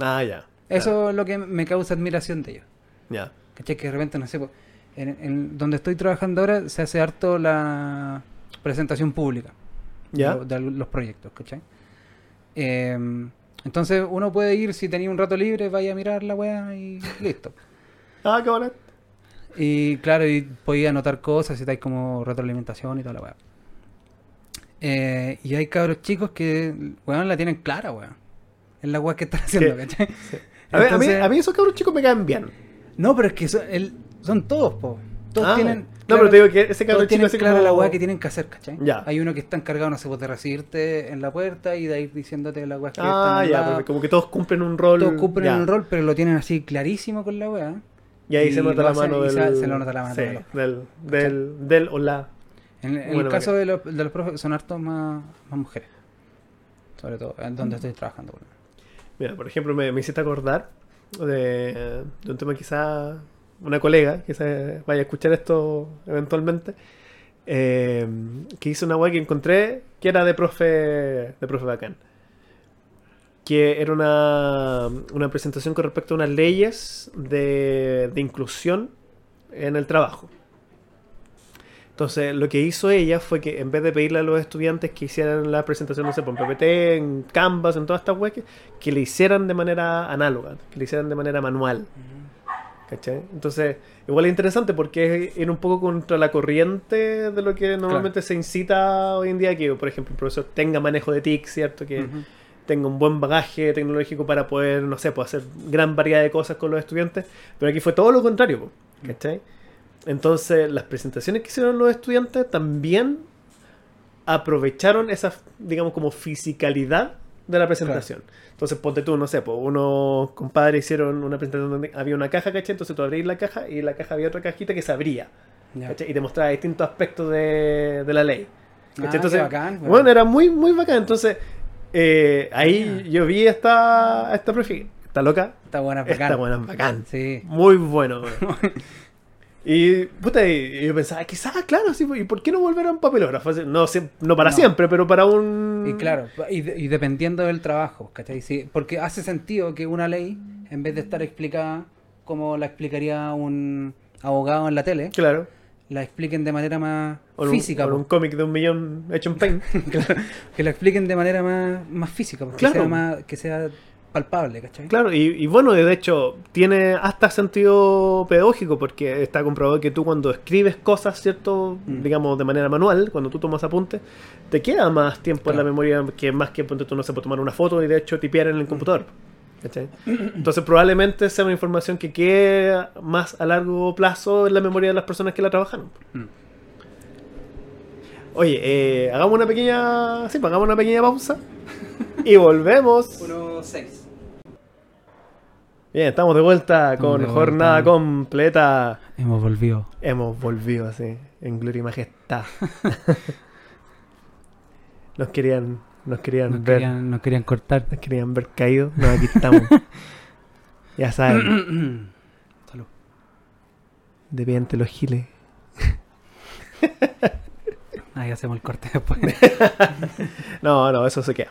Ah, ya. Eso es lo que me causa admiración de ellos. Ya. ¿Cachai? Que de repente, no sé, po, en, en donde estoy trabajando ahora se hace harto la presentación pública Ya. lo- de al- los proyectos, ¿cachai? Em, entonces uno puede ir, si tenía un rato libre, vaya a mirar la weá y listo. Ah, qué bueno. Y claro, y podía anotar cosas y tal como retroalimentación y toda la weá. Eh, y hay cabros chicos que, weón, la tienen clara, weón. Es la weá que están haciendo, ¿cachai? A, ver, a mí, Entonces- a mí esos cabros chicos me caen bien. No, pero es que son, el- son todos, po. Todos Ah, tienen. No, pero te digo que ese cabro Todos chico tienen así clara como... la weá que tienen que hacer, ¿cachai? Ya. Hay uno que está encargado, no sé, pues, de recibirte en la puerta y de ir diciéndote la weá que están Ah, al ya, lado. porque como que todos cumplen un rol. Todos cumplen ya. un rol, pero lo tienen así clarísimo con la weá. Y ahí Y se nota lo la hacen mano y del. se- se lo nota la mano sí, del- del, del, del o la. En, en Bueno, el caso de los, de los profes, son hartos más, más mujeres. Sobre todo, en donde estoy trabajando. weón. Mira, por ejemplo, me, me hiciste acordar de, de un tema quizá una colega, que se vaya a escuchar esto eventualmente, eh, que hizo una web que encontré que era de profe, de profe bacán. Que era una, una presentación con respecto a unas leyes de, de inclusión en el trabajo. Entonces, lo que hizo ella fue que en vez de pedirle a los estudiantes que hicieran la presentación, no sé, por PPT, en Canvas, en todas estas webs, que le hicieran de manera análoga, que le hicieran de manera manual. ¿Cachai? Entonces, igual es interesante porque es ir un poco contra la corriente de lo que normalmente se incita hoy en día, que por ejemplo el profesor tenga manejo de TIC, ¿cierto? Que Ujú. tenga un buen bagaje tecnológico para poder, no sé, pues hacer gran variedad de cosas con los estudiantes, pero aquí fue todo lo contrario, po, ¿cachai? Entonces, las presentaciones que hicieron los estudiantes también aprovecharon esa, digamos, como fisicalidad de la presentación. Entonces, ponte tú, no sé, pues unos compadres hicieron una presentación donde había una caja, ¿cachai? Entonces tú abrís la caja y en la caja había otra cajita que se abría, Ya. ¿cachai? Y te mostraba distintos aspectos de, de la ley. ¿cachai? Ah, qué bacán, bueno. bueno. era muy, muy bacán. Entonces, eh, ahí yo vi esta, esta profe. Está loca, Está buena, bacán. Está buena, bacán. Sí. Muy bueno, weón. Y, puta, y- y yo pensaba, quizás, claro, sí, pues, ¿y por qué no volver a un papelógrafo? Así, No, siem- no para No. siempre, pero para un... Y claro, y, de- y dependiendo del trabajo, ¿cachai? Sí, porque hace sentido que una ley, en vez de estar explicada como la explicaría un abogado en la tele, Claro. la expliquen de manera más O en un- física, o en po. un cómic de un millón hecho en paint. que la expliquen de manera más, más física, porque Claro. sea más, que sea palpable, ¿cachai? Claro, y, y bueno, de hecho, tiene hasta sentido pedagógico, porque está comprobado que tú cuando escribes cosas, ¿cierto? Mm. Digamos, de manera manual, cuando tú tomas apuntes, te queda más tiempo en la Claro. Mm. memoria que más que ponte tú no se puede tomar una foto y de hecho tipear en el computador. ¿cachai? Entonces probablemente sea una información que quede más a largo plazo en la memoria de las personas que la trabajaron. Mm. Oye, eh, hagamos una pequeña... Sí, pues, hagamos una pequeña pausa y volvemos. Uno, seis. Bien, estamos de vuelta Estamos con de vuelta. jornada completa. Hemos volvido. Hemos volvido así, en gloria y majestad. nos querían, nos querían Nos ver, querían, nos querían cortar. nos querían ver caídos. No, aquí estamos. ya saben, Salud. de pie ante los giles. Ahí hacemos el corte después. No, no, eso se queda.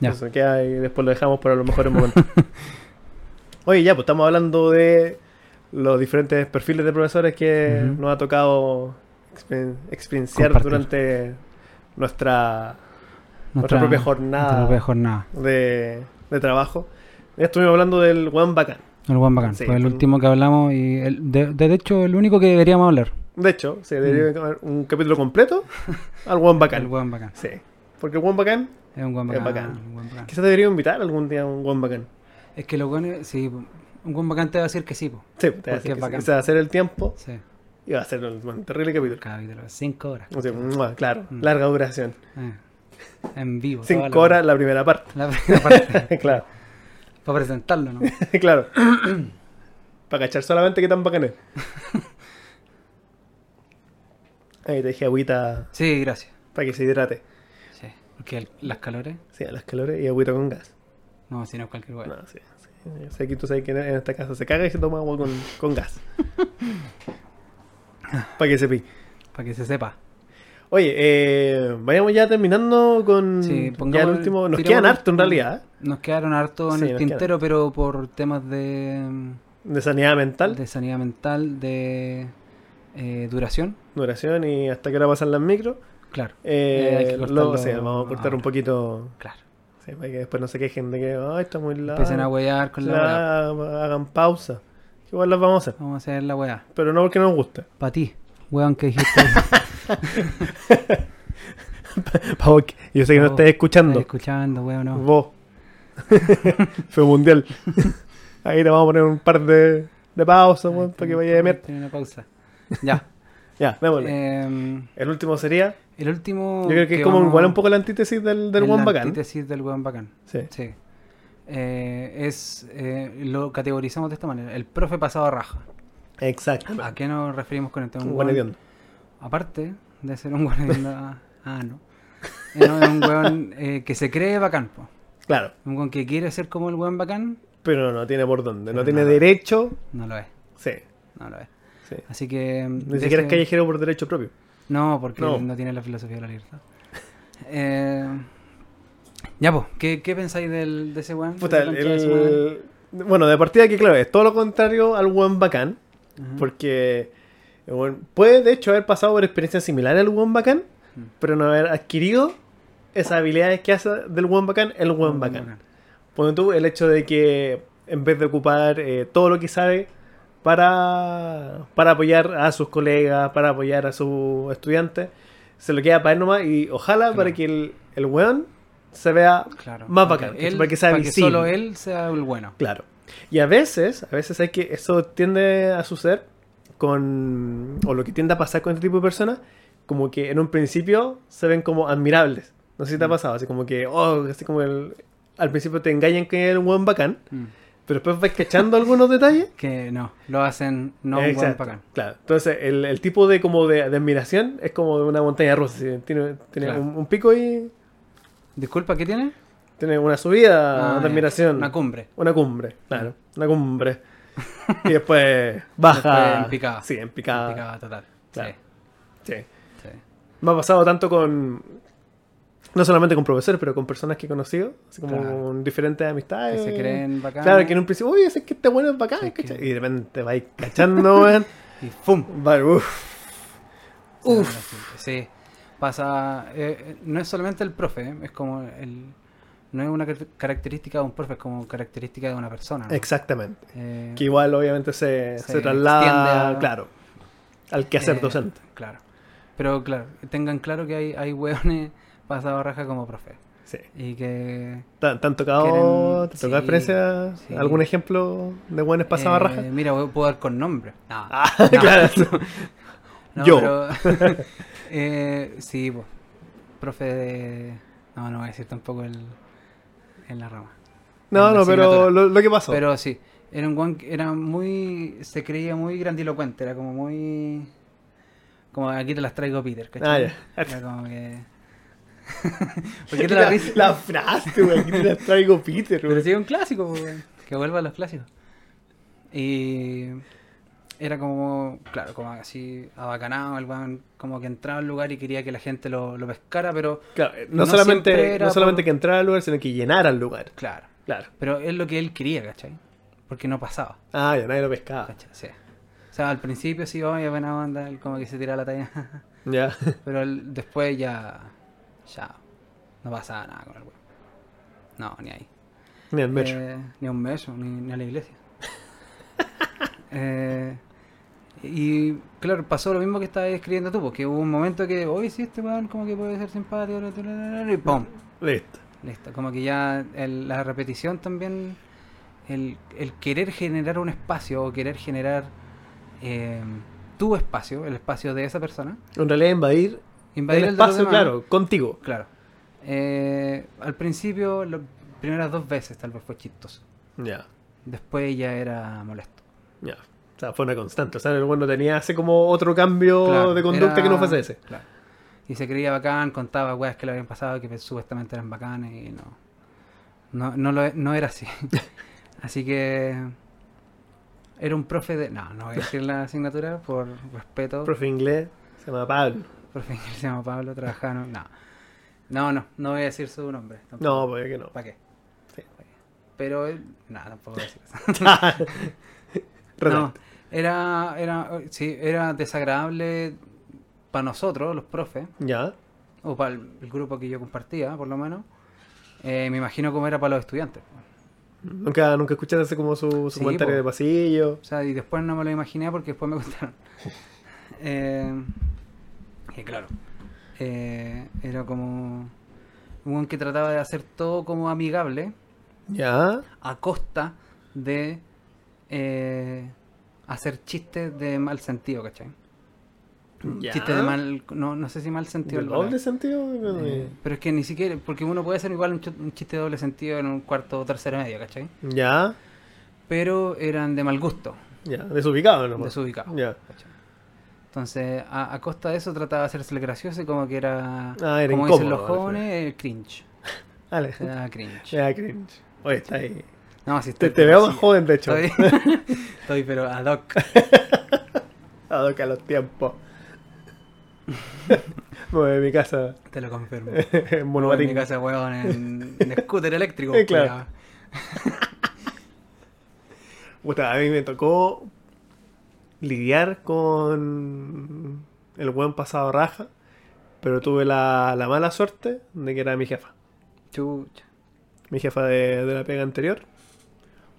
Ya. Eso se queda y después lo dejamos para los mejores momentos. Oye, ya, pues estamos hablando de los diferentes perfiles de profesores que Ujú. nos ha tocado exper- experienciar Compartir. durante nuestra Nuestra propia jornada. Nuestra propia jornada. de, de trabajo. Ya Estuvimos hablando del One Bacán. El buen bacán. Sí, fue el fue- último que hablamos y el, de, de hecho el único que deberíamos hablar. De hecho, se Mm. debería haber un capítulo completo al One El Bacán. buen bacán. Sí. Porque el One Bacán, Es un buen Es bacán. bacán. un buen bacán. quizás debería invitar algún día a un One Bacán. Es que lo bueno es, sí, po. un buen bacán te va a decir que sí, po. Sí, te va a Porque decir que es sí. bacán. Quizás hacer el tiempo Sí. y va a ser un, un terrible capítulo. Cada capítulo, cinco horas. O sea, ¡mua! claro, Mm. larga duración. Eh. En vivo. toda Cinco la- horas la primera parte. La primera parte. claro, Para presentarlo, ¿no? claro. Para cachar solamente qué tan bacán es. Ahí te dije agüita Sí, gracias. para que se hidrate. Sí. Porque el- las calores, Sí, a las calores y agüita con gas. no, si no es cualquier lugar. No, sí, sí. Sé que tú sabes que en en esta casa se caga y se toma agua con, con gas. Para que se pi. Para que se sepa. Oye, eh, vayamos ya terminando con Sí, ya el pongamos- último. Nos tiremos quedan el- harto en realidad, ¿eh? Nos quedaron harto en Sí, el nos tintero, pero por temas de, de sanidad mental, de sanidad mental, de eh, duración. duración y hasta qué hora pasan las micro. Claro, Eh, Eh, hay que cortarlo luego, sí, vamos a cortar ahora. un poquito claro. sí, para que después no se quejen de que "Ay, está muy largo. Empiezan a huear con la weá. la- Hagan pausa. Igual las vamos a hacer, Vamos a hacer la weá. pero no porque nos gusta. Para ti, weón que dijiste. Pa' vos que- Yo sé que no Pa' vos. estáis escuchando. Estás escuchando, weón, no. Vos. Fue mundial. Ahí le vamos a poner un par de, de pausas, weón, para que vaya de mierda. Tiene una pausa. Ya. Ya, démosle. eh, el último sería. el último. Yo creo que es como vamos- igual un poco la antítesis del, del es la One Bacán. antítesis del weón bacán. Sí. Sí. Eh, es, eh, lo categorizamos de esta manera. El profe pasado a raja. Exacto. ¿A qué nos referimos con el tema? Un Un buen weón- hediondo. Aparte de ser un weón. hediondo- ah, no. Eh, no, Es un weón eh, que se cree bacán, po. Claro. Un weón que quiere ser como el weón bacán, Pero no tiene por dónde. No Pero tiene nada. derecho. no lo es. Sí. No lo es. sí. Así que. Ni mm, de siquiera ese- es callejero por derecho propio. No, porque No. no. tiene la filosofía de la libertad. Eh, ya, pues, ¿qué, qué pensáis del, de ese weón? Puta, ¿De la el- concha de su madre? Bueno, de partida que claro, es todo lo contrario al One Bacán. Ajá. Porque eh, bueno, puede de hecho haber pasado por experiencias similares al One Bacán, Mm. pero no haber adquirido esas habilidades que hace del One Bacán el Un One Bacán. Ponte tú el hecho de que en vez de ocupar eh, todo lo que sabe para, para apoyar a sus colegas, para apoyar a sus estudiantes. Se lo queda para él nomás y ojalá para que el, el weón se vea Claro. más bacán, Él- para que sea visible. solo él sea el bueno. Claro. Y a veces, a veces hay que eso tiende a suceder con, o lo que tiende a pasar con este tipo de personas, como que en un principio se ven como admirables. No sé si te ha Mm. pasado, así como que, oh, así como el, al principio te engañan que eres un buen bacán, Mm. pero después vas cachando algunos detalles. Que no, lo hacen no un buen Exacto, bacán. Claro. Entonces, el, el tipo de como de, de admiración es como de una montaña rusa. así, Tiene, tiene Claro. un, un pico y Disculpa, ¿qué tiene? tiene una subida Ah, de ya. admiración. Una cumbre. Una cumbre, claro. Una cumbre. Y después baja. Después en picada. Sí, en picada. Picada total. Claro. Sí. Sí, sí. Me ha pasado tanto con. No solamente con profesores, pero con personas que he conocido. Así como Claro. con diferentes amistades. Que se creen bacanes. Claro, que en un principio, uy, ese que este bueno es bacán, Sí, que- ¿cachai? Y de repente vais cachando, weón. Y ¡fum! Va, uf. Uf. Sí, pasa. eh, eh, no es solamente el profe, eh, es como el. No es una car- característica de un profe, es como característica de una persona. ¿no? Exactamente. Eh, Que igual, obviamente, se, Se se traslada, extiende a- claro, al quehacer eh, docente. Claro. Pero claro, tengan claro que hay, hay hueones pasados raja como profe. Sí. Y que. ¿Te, han- te han tocado, Quieren- te tocó sí, experiencia? sí. ¿Algún ejemplo de buenos pasados a eh, raja? Mira, voy- puedo dar con nombre. No. Ah, No. claro. No, Yo. pero- eh, sí, po. profe de. No, no voy a decir tampoco el, en la rama. No, en la no, pero asignatura. lo, lo que pasó. Pero sí, era un guan que era muy. Se creía muy grandilocuente, era como muy. Como aquí te las traigo, Peter, ¿cachai? Ah, ya. Era como que. ¿Por qué te la la, risa? la frase, güey, aquí te la traigo Peter, Pero güey. sí, un clásico, po, weón. que vuelva a los clásicos. Y era como, claro, como así abacanado, el weón como que entraba al lugar y quería que la gente lo, lo pescara, pero Claro, eh, no, No siempre solamente, era no solamente por- que entrara al lugar, sino que llenara el lugar. claro, Claro. pero es lo que él quería, ¿cachai? Porque no pasaba. Ah, ya nadie lo pescaba. ¿Cachai? Sí. O sea, al principio sí, oye, buena onda, él como que se tiraba la talla. Ya. Pero él- después ya. Ya. No pasaba nada con el weón. No, ni ahí. Ni el metro. Eh, ni a un beso, ni, ni a la iglesia. Eh, y claro, pasó lo mismo que estabas escribiendo tú, porque hubo un momento que, oye, sí, este weón como que puede ser simpático, la, la, la, la", y ¡pum! Listo. Listo, como que ya el- la repetición también, el, el querer generar un espacio o querer generar eh, tu espacio, el espacio de esa persona, En realidad invadir, invadir el el de los espacio, demás. claro, contigo. Claro. Eh, al principio, las primeras dos veces tal vez fue chistoso. Ya, Después ya era molesto. ya. O sea, fue una constante. O sea, el bueno tenía hace como otro cambio Claro, de conducta era- que no fuese ese. claro. Y se creía bacán, contaba weas que le habían pasado que supuestamente eran bacanes y no. No, no, lo- no era así. así que. Era un profe de. No, no voy a decir la asignatura por respeto. Profe inglés se llama Pablo. Profe que se llama Pablo, trabajaba. No, no, no, no, no voy a decir su nombre. No, pues que no. ¿Para qué? Sí. ¿Pa' qué? Pero. él- No, tampoco voy a decir eso. Redacta. No, era, era, sí, era desagradable para nosotros, los profes, Ya. o para el, el grupo que yo compartía, por lo menos. Eh, me imagino cómo era para los estudiantes. Nunca, nunca escuchaste como su, su Sí, comentario po. de pasillo. O sea, y después no me lo imaginé porque después me contaron. Eh, y claro, eh, era como un weón que trataba de hacer todo como amigable Ya. a costa de eh, hacer chistes de mal sentido, ¿cachai? Ya. Chiste de mal, no, no sé si mal sentido. ¿De la palabra. doble sentido? No, Eh, pero es que ni siquiera, porque uno puede hacer igual un, chu- un chiste de doble sentido en un cuarto o tercero medio, ¿cachai? Ya. Pero eran de mal gusto, Ya. Desubicado nomás. desubicados. Ya. ¿cachai? Entonces, a, a costa de eso trataba de hacerse el gracioso y como que era, Ah, era como dicen incómodo, los al jóvenes, el cringe. Vale. Era cringe. Ya, cringe. Oye, está ahí. No, si Te, estoy- te veo más sí, joven, de hecho. Estoy, estoy pero ad hoc. Dado que a los tiempos. Me voy de mi casa Te lo confirmo. en Bueno, en mi monopatín. casa, weón, en, en scooter eléctrico. Eh, claro. culiao. Puta, a mí me tocó lidiar con el buen pasado raja, pero tuve la, la mala suerte de que era mi jefa. Chucha. mi jefa de, de la pega anterior.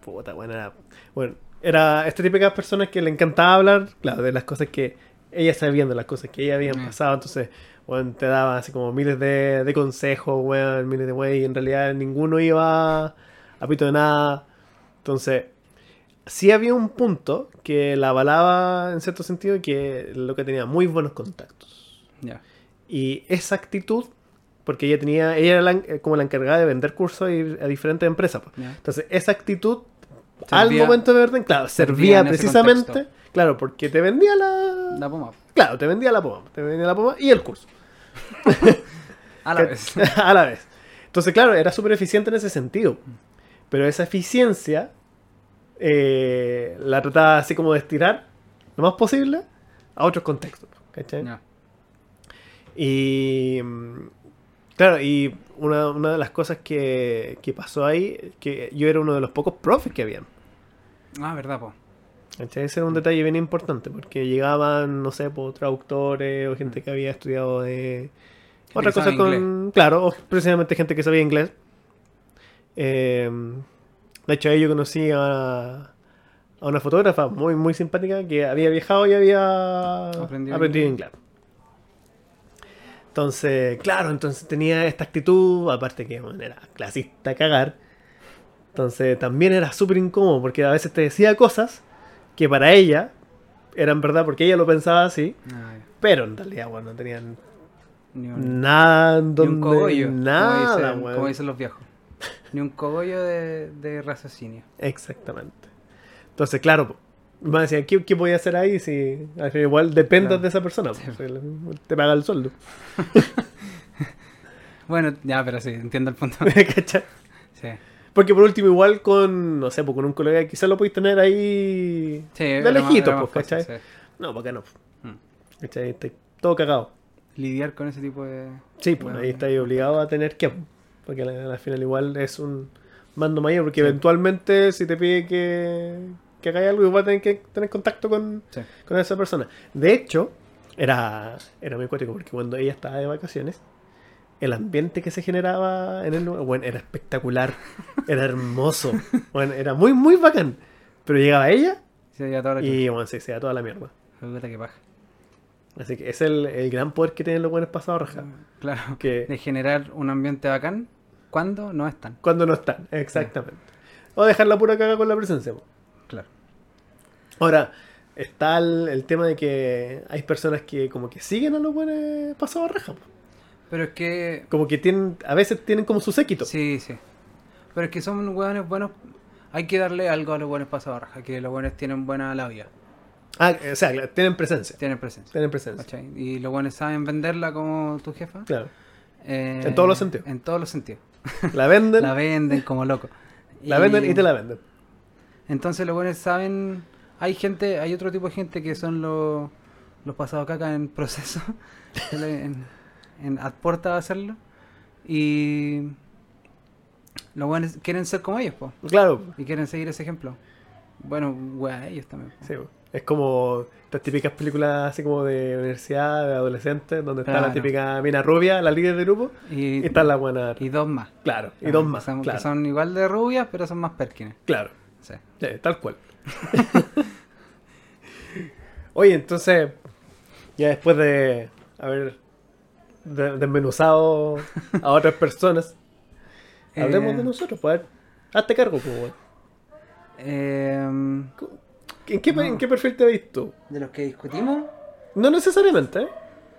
Puta, bueno, era, bueno, Era esta típica persona que le encantaba hablar, claro, de las cosas que ellas sabían, de las cosas que ellas habían Mm. pasado. Entonces, bueno, te daba así como miles de, de consejos, weón, miles de wey, y en realidad ninguno iba a pito de nada. Entonces, sí había un punto que la avalaba en cierto sentido que lo que tenía muy buenos contactos. Ya. Y esa actitud, porque ella tenía, ella era la en- eh, como la encargada de vender cursos y a diferentes empresas. pues. Ya. Entonces, esa actitud al Servía- momento de vender, claro, servía servía, en ese precisamente, contexto. claro, porque te vendía la... La poma. Claro, te vendía la poma, te vendía la poma y el curso. A la Que- vez. a la vez. Entonces, claro, era súper eficiente en ese sentido. Pero esa eficiencia eh, la trataba así como de estirar lo más posible a otros contextos. ¿Cachai? Ya. Y mm, claro, y una, una de las cosas que, que pasó ahí, que yo era uno de los pocos profes que habían. Ah, verdad, po. ¿Cachai? Ese era un detalle bien importante, porque llegaban, no sé, por traductores o gente que había estudiado de... Que Otra sabe cosa con... Claro, o precisamente gente que sabía inglés. Eh, de hecho, ahí yo conocí a, a una fotógrafa muy, muy simpática que había viajado y había Aprendido aprendido, inglés. Entonces, claro, entonces tenía esta actitud, aparte que bueno, era clasista a cagar. Entonces también era súper incómodo porque a veces te decía cosas que para ella eran verdad porque ella lo pensaba así, Ah, ya. pero en realidad, bueno, no tenían Ni un, Nada, en ni un donde- cogollo. como Nada, dicen- weón. Como dicen los viejos. Ni un cogollo de, de raciocinio. Exactamente. Entonces, claro, po, me decían, ¿qué, qué voy a hacer ahí si al final igual dependas Claro. de esa persona? po, Sí. si le- te paga el sueldo. Bueno, ya, pero sí, entiendo el punto. ¿Cachai? Sí. Porque por último, igual con, no sé, po, con un colega quizás lo podéis tener ahí. Sí, De era más- lejito, era más pues, fácil, ¿cachai? No, para acá no. sí. Mm. ¿Cachai? Estáis todo cagado. Lidiar con ese tipo de. Sí, pues Bueno, ahí estáis obligado a tener que. po, Porque al, al final igual es un mando mayor. Porque Sí. eventualmente si te pide que, que hagáis algo, igual tenés que tener contacto con, Sí. con esa persona. De hecho, era, era muy cuático porque cuando ella estaba de vacaciones, el ambiente que se generaba en el lugar, bueno, era espectacular, era hermoso, bueno, era muy, muy bacán. Pero llegaba ella Se veía toda la y, bueno, sí, se da toda la mierda. chucha. Puta que paja. Así que ese es el, el gran poder que tienen los buenos pasados, raja. Claro. Que- De generar un ambiente bacán cuando no están. Cuando no están, exactamente. O dejar la pura caga con la presencia. po. Claro. Ahora, está el, el tema de que hay personas que como que siguen a los buenos pasados, raja. po. Pero es que. Como que tienen, a veces tienen como su séquito. Sí, sí. Pero es que son hueones buenos. Hay que darle algo a los buenos pasados, raja, que los buenos tienen buena labia, Ah, o sea, claro, tienen presencia. tienen presencia. Tienen presencia. ¿cachai? Y los buenos saben venderla como tu jefa. Claro. eh, En todos los sentidos. En todos los sentidos. La venden, La la, venden como loco. venden y te la venden. Entonces los buenos saben, hay gente, hay otro tipo de gente que son los los pasados caca en proceso, en, en aporta a hacerlo y los buenos quieren ser como ellos, po, Claro. y quieren seguir ese ejemplo. Bueno, wea, ellos también. po. sí, po. es como estas típicas películas así como de universidad, de adolescentes, donde está Claro. la típica mina rubia, la líder de grupo, y Y, está la buena. y dos más. claro, y Ah, dos que más. son- que claro, son igual de rubias, pero son más perkines. claro. Sí. Sí, tal cual. Oye, entonces, ya después de haber de- desmenuzado a otras personas, hablemos Eh, de nosotros, pues. a ver, Hazte cargo, pues, weón. eh, ¿En qué, No. ¿En qué perfil te veis tú? de los que discutimos, No necesariamente, ¿eh?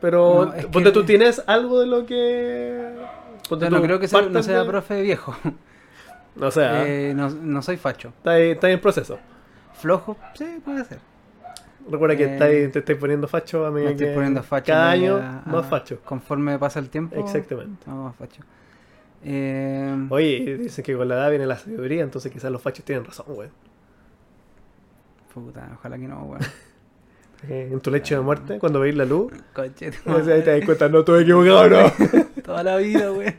pero No, es ponte que- tú tienes algo de lo que... Ponte yo no tú creo que sea, no partes sea de- profe viejo. O sea, Eh, no, no soy facho. está, ahí, está ahí en proceso. Flojo, sí, puede ser. Recuerda que eh, está ahí- te estáis poniendo facho a Me medida estoy que poniendo facho. cada me año voy a- más a- facho. Conforme pasa el tiempo. Exactamente. Vamos más facho. Eh, Oye, dicen que con la edad viene la sabiduría, entonces quizás los fachos tienen razón, güey. puta, ojalá que no, weón. Eh, En tu lecho de Ah. muerte, cuando veis la luz, Coche, tu o sea, ahí te madre. das cuenta, no estuve equivocado, no. Toda la vida, weón.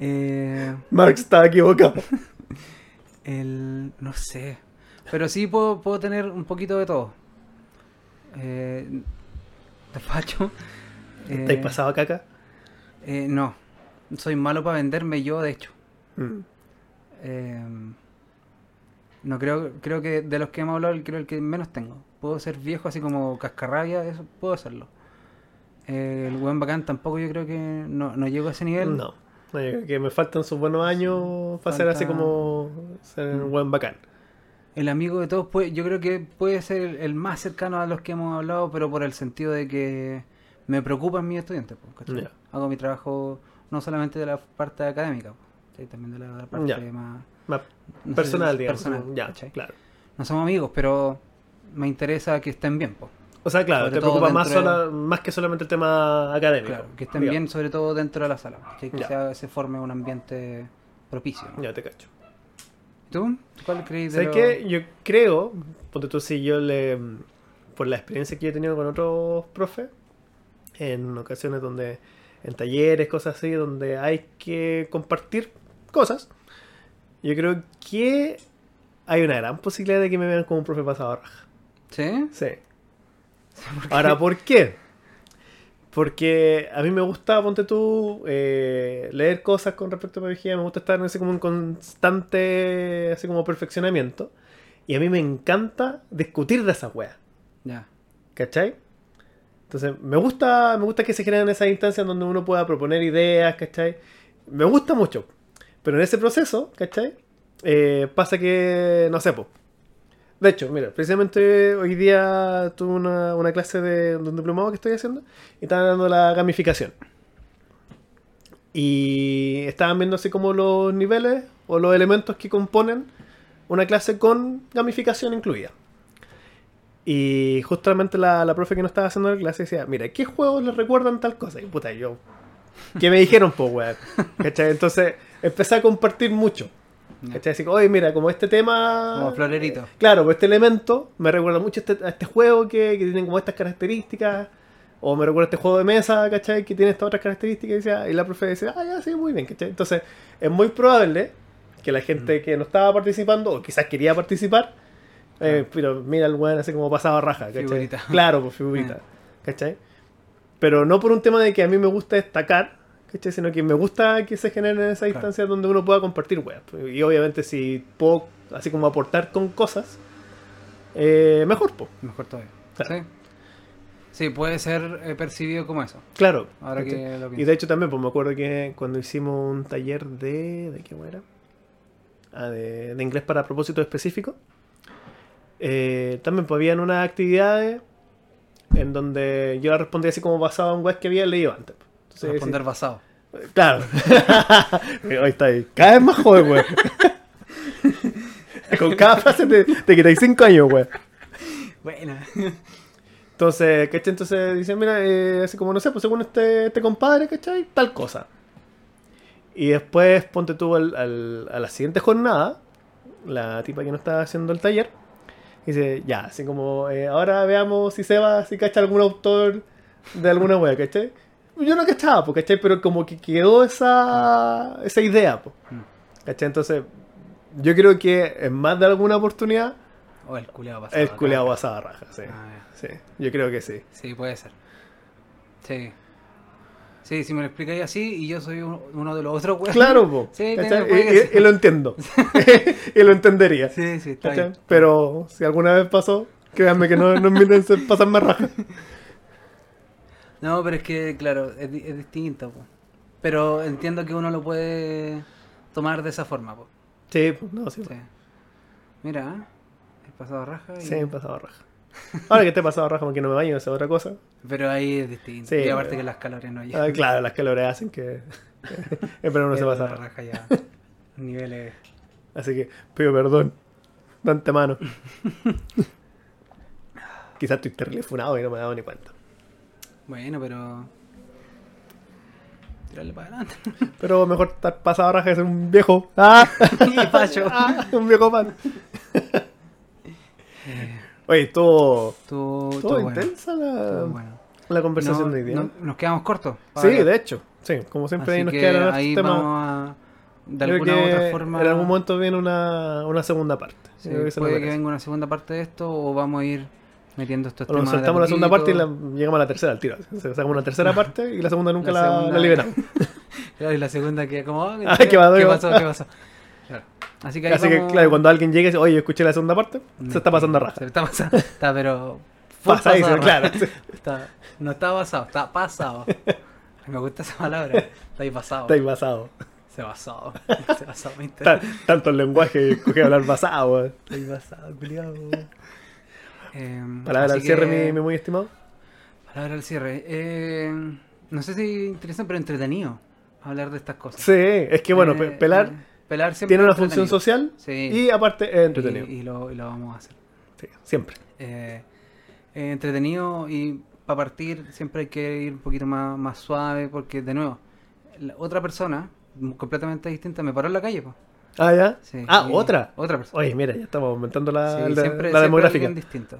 Eh, Marx estaba equivocado. el. No sé. Pero sí puedo, puedo tener un poquito de todo. Eh, de facho. Eh, ¿Te has pasado a caca? eh, no. Soy malo para venderme yo, de hecho. Mm. Em, No creo, creo que de los que hemos hablado, creo el que menos tengo. Puedo ser viejo así como cascarrabia, eso puedo hacerlo. Eh, el buen bacán tampoco yo creo que no, no llego a ese nivel. No. No, yo creo que me faltan sus buenos años para ser Falta- Mm. así como ser un buen bacán. El amigo de todos, puede, yo creo que puede ser el, el más cercano a los que hemos hablado, pero por el sentido de que me preocupan mis estudiantes. po, ¿cachai? Ya. Hago mi trabajo no solamente de la parte académica, po, ¿cachai? también de la parte Ya. más... Más no sé, personal, digamos. personal, ya, ¿cachai? claro. No somos amigos, pero me interesa que estén bien. po. O sea, claro, te Sobre todo preocupa más, dentro de- sola- más que solamente el tema académico. Claro, que estén digamos. bien sobre todo dentro de la sala, ¿cachai? que Ya. sea- se forme un ambiente propicio. ¿no? Ya te cacho. ¿Tú? ¿Cuál crees de ¿Sabes lo- qué? Yo creo, ponte tú si yo le. Por la experiencia que yo he tenido con otros profes, en ocasiones donde. En talleres, cosas así, donde hay que compartir cosas, yo creo que hay una gran posibilidad de que me vean como un profe pasado a raja. ¿Sí? Sí. Ahora, ¿por qué? Porque a mí me gusta, ponte tú, eh, leer cosas con respecto a pedagogía, me gusta estar en ese como un constante, así como perfeccionamiento. Y a mí me encanta discutir de esas weas, Ya. ¿cachai? Entonces, me gusta, me gusta que se generen esas instancias donde uno pueda proponer ideas, ¿cachai? Me gusta mucho. Pero en ese proceso, ¿cachai? Eh, pasa que, no sé, po. De hecho, mira, precisamente hoy día tuve una, una clase de, de un diplomado que estoy haciendo y estaban dando la gamificación. Y estaban viendo así como los niveles o los elementos que componen una clase con gamificación incluida. Y justamente la, la profe que no estaba haciendo la clase decía, mira, ¿qué juegos les recuerdan tal cosa? Y puta, yo... ¿Qué me dijeron, po, weón? ¿Cachai? Entonces empecé a compartir mucho. ya. ¿Cachai? Así que, oye, mira, como este tema... Como florerito. eh, Claro, pues este elemento me recuerda mucho este- a este juego que, que tiene como estas características. O me recuerda a este juego de mesa, ¿cachai? Que tiene estas otras características. Y, decía- y la profe decía, ah, ya, sí, muy bien, ¿cachai? Entonces, es muy probable que la gente que no estaba participando, o quizás quería participar, eh, pero mira el weón así como pasaba raja, ¿cachai? Figurita. Claro, pues figurita, ¿cachai? Pero no por un tema de que a mí me gusta destacar, ¿cachai? Sino que me gusta que se generen esas instancias donde uno pueda compartir weas. pues. Y obviamente si puedo así como aportar con cosas, eh, mejor, pues. Mejor todavía. Claro. Sí. Sí, puede ser eh, percibido como eso. Claro. Ahora ¿cachai? que Este- lo Y pienso. de hecho también, pues me acuerdo que cuando hicimos un taller de... ¿De qué hueá era? Ah, de, de inglés para propósitos específicos. eh, también pues habían unas actividades en donde yo la respondía así como basado en webs que había leído antes. pues. Entonces, Responder basado. sí, claro. Hoy está ahí. Cada vez más joven, güey. Con cada frase te, te quitáis 5 años, güey. Buena. Entonces, ¿cachai? Entonces dicen, mira, eh, así como, no sé, pues según este, este compadre, ¿cachai? Tal cosa. Y después ponte tú al- al- a la siguiente jornada, la tipa que no está haciendo el taller, dice, ya, así como, eh, ahora veamos si se va, si cacha algún autor de alguna wea, ¿cachai? Yo no cachaba, pues, ¿cachai? Pero como que quedó esa, esa idea, pues. Mm. ¿Cachai? Entonces, yo creo que en más de alguna oportunidad, O el culeado basado. el culeado claro. basaba raja, sí. Ah, ya. Sí, yo creo que sí. sí, puede ser. Sí. Sí, si me lo explicáis así y yo soy un- uno de los otros weones. Claro, po. Sí, ¿cachai? tiene- puede que Y- y- sí. y lo entiendo. y lo entendería. Sí, sí, está ¿cachai? bien. Pero si alguna vez pasó, créanme que no, no miren se pasan más raja. No, pero es que, claro, es, di- es distinto. po. Pero entiendo que uno lo puede tomar de esa forma. po. Sí, pues, no, sí. Sí. Mira, ¿eh? he pasado raja. y- Sí, me he pasado raja. Ahora que te he pasado raja porque no me baño, esa es otra cosa. Pero ahí es distinto. Sí, y aparte pero- que las calores no llegan. Ah, claro, las calores hacen que. Pero uno se Pero pasa la raja. raja ya. Niveles. Así que pido perdón. De antemano. Quizás estoy terrible funado y no me he dado ni cuenta. Bueno, pero. Tirarle para adelante. Pero mejor estar pasado raja que ser un viejo. ¡Ah! Y pacho. Ah, un viejo pan. Oye, estuvo, Estuvo, estuvo estuvo bueno, intensa la, estuvo bueno. la conversación No- de hoy día. no- nos quedamos cortos. sí, de hecho. Sí, como siempre ahí nos quedan queda los ahí temas. vamos a. De Creo alguna que u otra forma. En algún momento viene una, una segunda parte. sí, Creo que se lo puede que merece. venga una segunda parte de esto o vamos a ir metiendo estos O nos temas. de a saltamos la segunda parte y poquito. la- llegamos a la tercera al tiro. O sea, sacamos una tercera parte y la segunda nunca La la, la segunda- liberamos. Claro, y la segunda que como. ah, Ah, qué va, ¿Qué va. pasó? ¿Qué pasó? Claro. Así que ahí Así que, vamos- Mm, claro, cuando alguien llegue y dice, oye, yo escuché la segunda parte, se está pasando Se raja. está pasando. Está, pero. full Pasadizo, pasado, claro. Está- no está pasado, está pasado. Me gusta esa palabra. Está ahí pasado. Está ahí basado. Se basado. Se basado. me interesa. Ta- Tanto el lenguaje, escogí hablar basado. weón. Está ahí basado, culiado. Palabra al cierre, mi, mi muy estimado. Palabra al cierre. Eh, no sé si interesante, pero entretenido hablar de estas cosas. Sí, es que bueno, pe- Eh, pelar eh, pelar siempre tiene una es entretenido. función social Sí. y aparte es entretenido. Y, y lo, y lo vamos a hacer. Sí, siempre. Eh, eh, entretenido y para partir siempre hay que ir un poquito más, más suave porque de nuevo, la otra persona m- completamente distinta me paró en la calle. po. Ah, ya. Sí, ah, y- otra. Otra persona. Oye, mira, ya estamos aumentando Sí, la, la- siempre- la siempre demográfica. alguien distinto.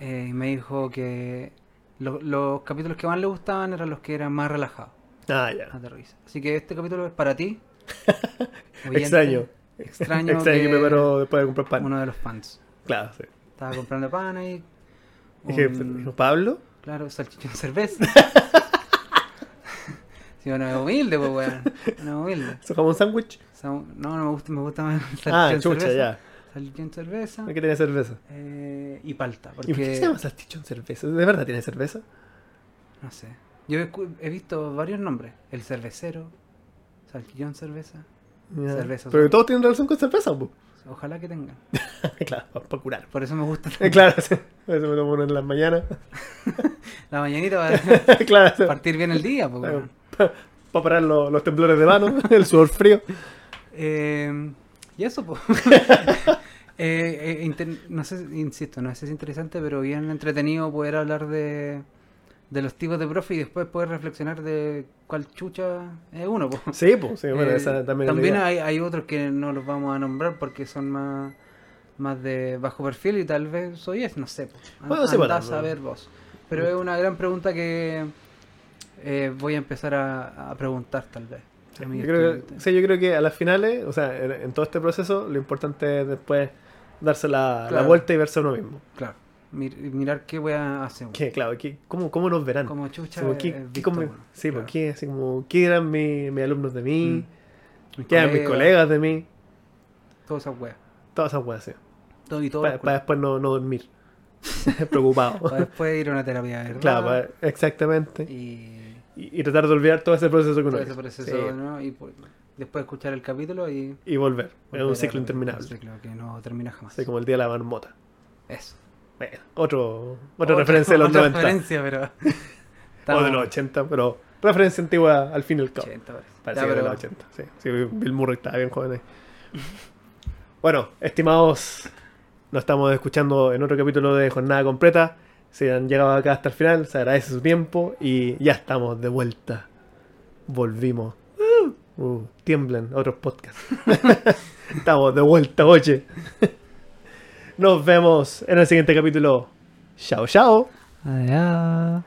Eh, y me dijo que lo- los capítulos que más le gustaban eran los que eran más relajados. Ah, ya. Aterriza. Así que este capítulo es para ti. oyente. Extraño. Extraño. Extraño que que primero después de comprar pan. Uno de los fans. Claro, sí. Estaba comprando pan ahí. Dije, un- dijo, Pablo, Claro, salchichón cerveza. sí, bueno, es humilde, pues, weón. No es humilde. ¿su jamón sándwich? O sea, no, no me gusta, me gusta más el salchichón Ah, chucha, cerveza. ya. Salchichón cerveza Aquí tenía cerveza. eh, y palta. ¿Y por qué se Porque, llama salchichón cerveza? ¿De verdad tiene cerveza? no sé. Yo he, escu- he visto varios nombres. El cervecero, salchichón cerveza. Ya. Cerveza, Pero sí. todos tienen relación con cerveza, po. Ojalá que tengan. claro, para curar. Por eso me gusta. Eh, Claro, sí. A veces me tomo uno en las mañanas. La mañanita para claro, sí. partir bien el día, pues, weón. para parar lo- los temblores de mano, el sudor frío. Eh, y eso, pues. no sé, insisto, no sé si es interesante, pero bien entretenido poder hablar de, de los tipos de profe y después poder reflexionar de cuál chucha es uno, po. Sí, pues, sí, bueno, Eh, esa también, es la idea. hay, hay otros que no los vamos a nombrar porque son más, más de bajo perfil y tal vez soy es, no sé. po. An- Bueno, sí, bueno, andá a saber vos. Pero es una gran pregunta que eh, voy a empezar a, a preguntar tal vez. a mis Yo creo, que, estudiantes. sí, yo creo que a las finales, o sea, en, en todo este proceso, lo importante es después darse la, la Claro. vuelta y verse uno mismo. Claro. Mir- mirar qué voy a hacer. Que, claro, que, ¿cómo, ¿cómo nos verán? Como O chucha. sea, ¿qué- he qué visto, come- bueno, Mm. sí, claro. pues, ¿qué, así como, ¿qué eran mi- mis alumnos de mí? Mis ¿Qué eran mis colegas de mí? Todas esas weas. Todas esas weas, sí. Todo y todo. Para después no, no dormir. Preocupado. Para después ir a una terapia, de ¿verdad? claro, pa- exactamente. Y Y, y tratar de olvidar todo ese proceso que uno todo ese hizo. proceso, Sí. ¿no? Y por- después escuchar el capítulo y. Y volver. Es volver a- un ciclo interminable. Un ciclo que no termina jamás. Sí, como el día de la marmota. Eso. Bueno, otro, otra referencia de los otra 90. referencia, pero. O de los 80, pero referencia antigua al fin y al cabo. 80, parece. Parece Ya, que era de pero- los 80. Sí, sí, Bill Murray estaba bien joven ahí. Bueno, estimados, nos estamos escuchando en otro capítulo de Jornada Completa. Si han llegado acá hasta el final, se agradece su tiempo y ya estamos de vuelta. Volvimos. Uh, tiemblan otros podcasts. estamos de vuelta, oye. Nos vemos en el siguiente capítulo. Chao, chao. Adiós.